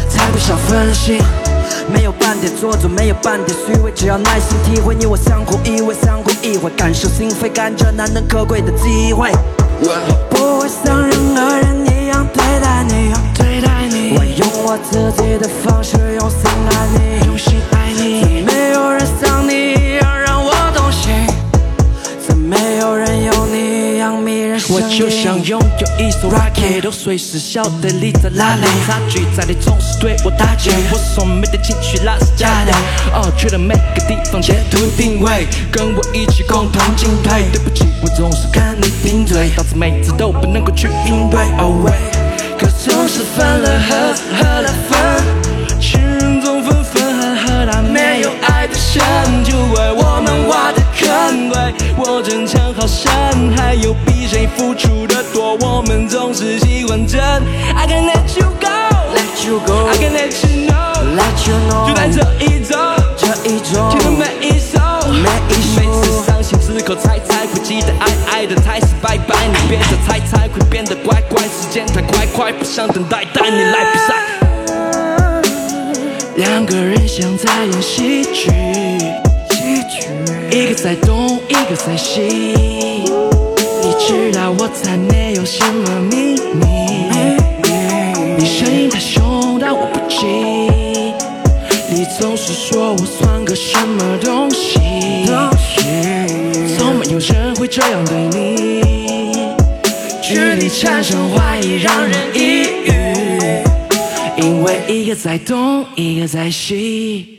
D: 才不想分心。没有半点做作，没有半点虚伪，只要耐心体会，你我相互依偎，相互意会，感受心扉，感觉难能可贵的机会。我不会像任何人一样对待你，对待你。我用我自己的方式用心爱你，用心爱你。没有人像你一样让我动心。再没有人有你一样迷人声
E: 我
D: 音。
E: 就想拥有一艘 rocket，都随时笑得立在那里。差距在你总是对我打击，我所没的情绪拉是假的。哦，去了每个地方截图定位，跟我一起共同进退。对不起，我总是跟你顶嘴，导致每次都不能够去应对。Oh wait，可总是分了合，合了分，情人总分分合合到没有爱的深，就怪我们挖的坑，怪我争强好胜，还有比谁付出的多，我们总是喜欢争。I can let you go，I
D: Let you go,
E: can let you know，
D: let you know，
E: 就在这一周，
D: 这一周，
E: 听了每一首，
D: 每一首
E: 每次伤心之后才才会记得爱爱的才是拜拜，你别再猜猜会变得乖乖，时间太快快，不想等待，带你来比赛。两个人像在演戏剧，戏剧，一个在东，一个在西。你知道我才没有什么秘密，你声音太凶，但我不急。你总是说我算个什么东西，从没有人会这样对你，距离产生怀疑，让人抑郁。因为一个在东，一个在西。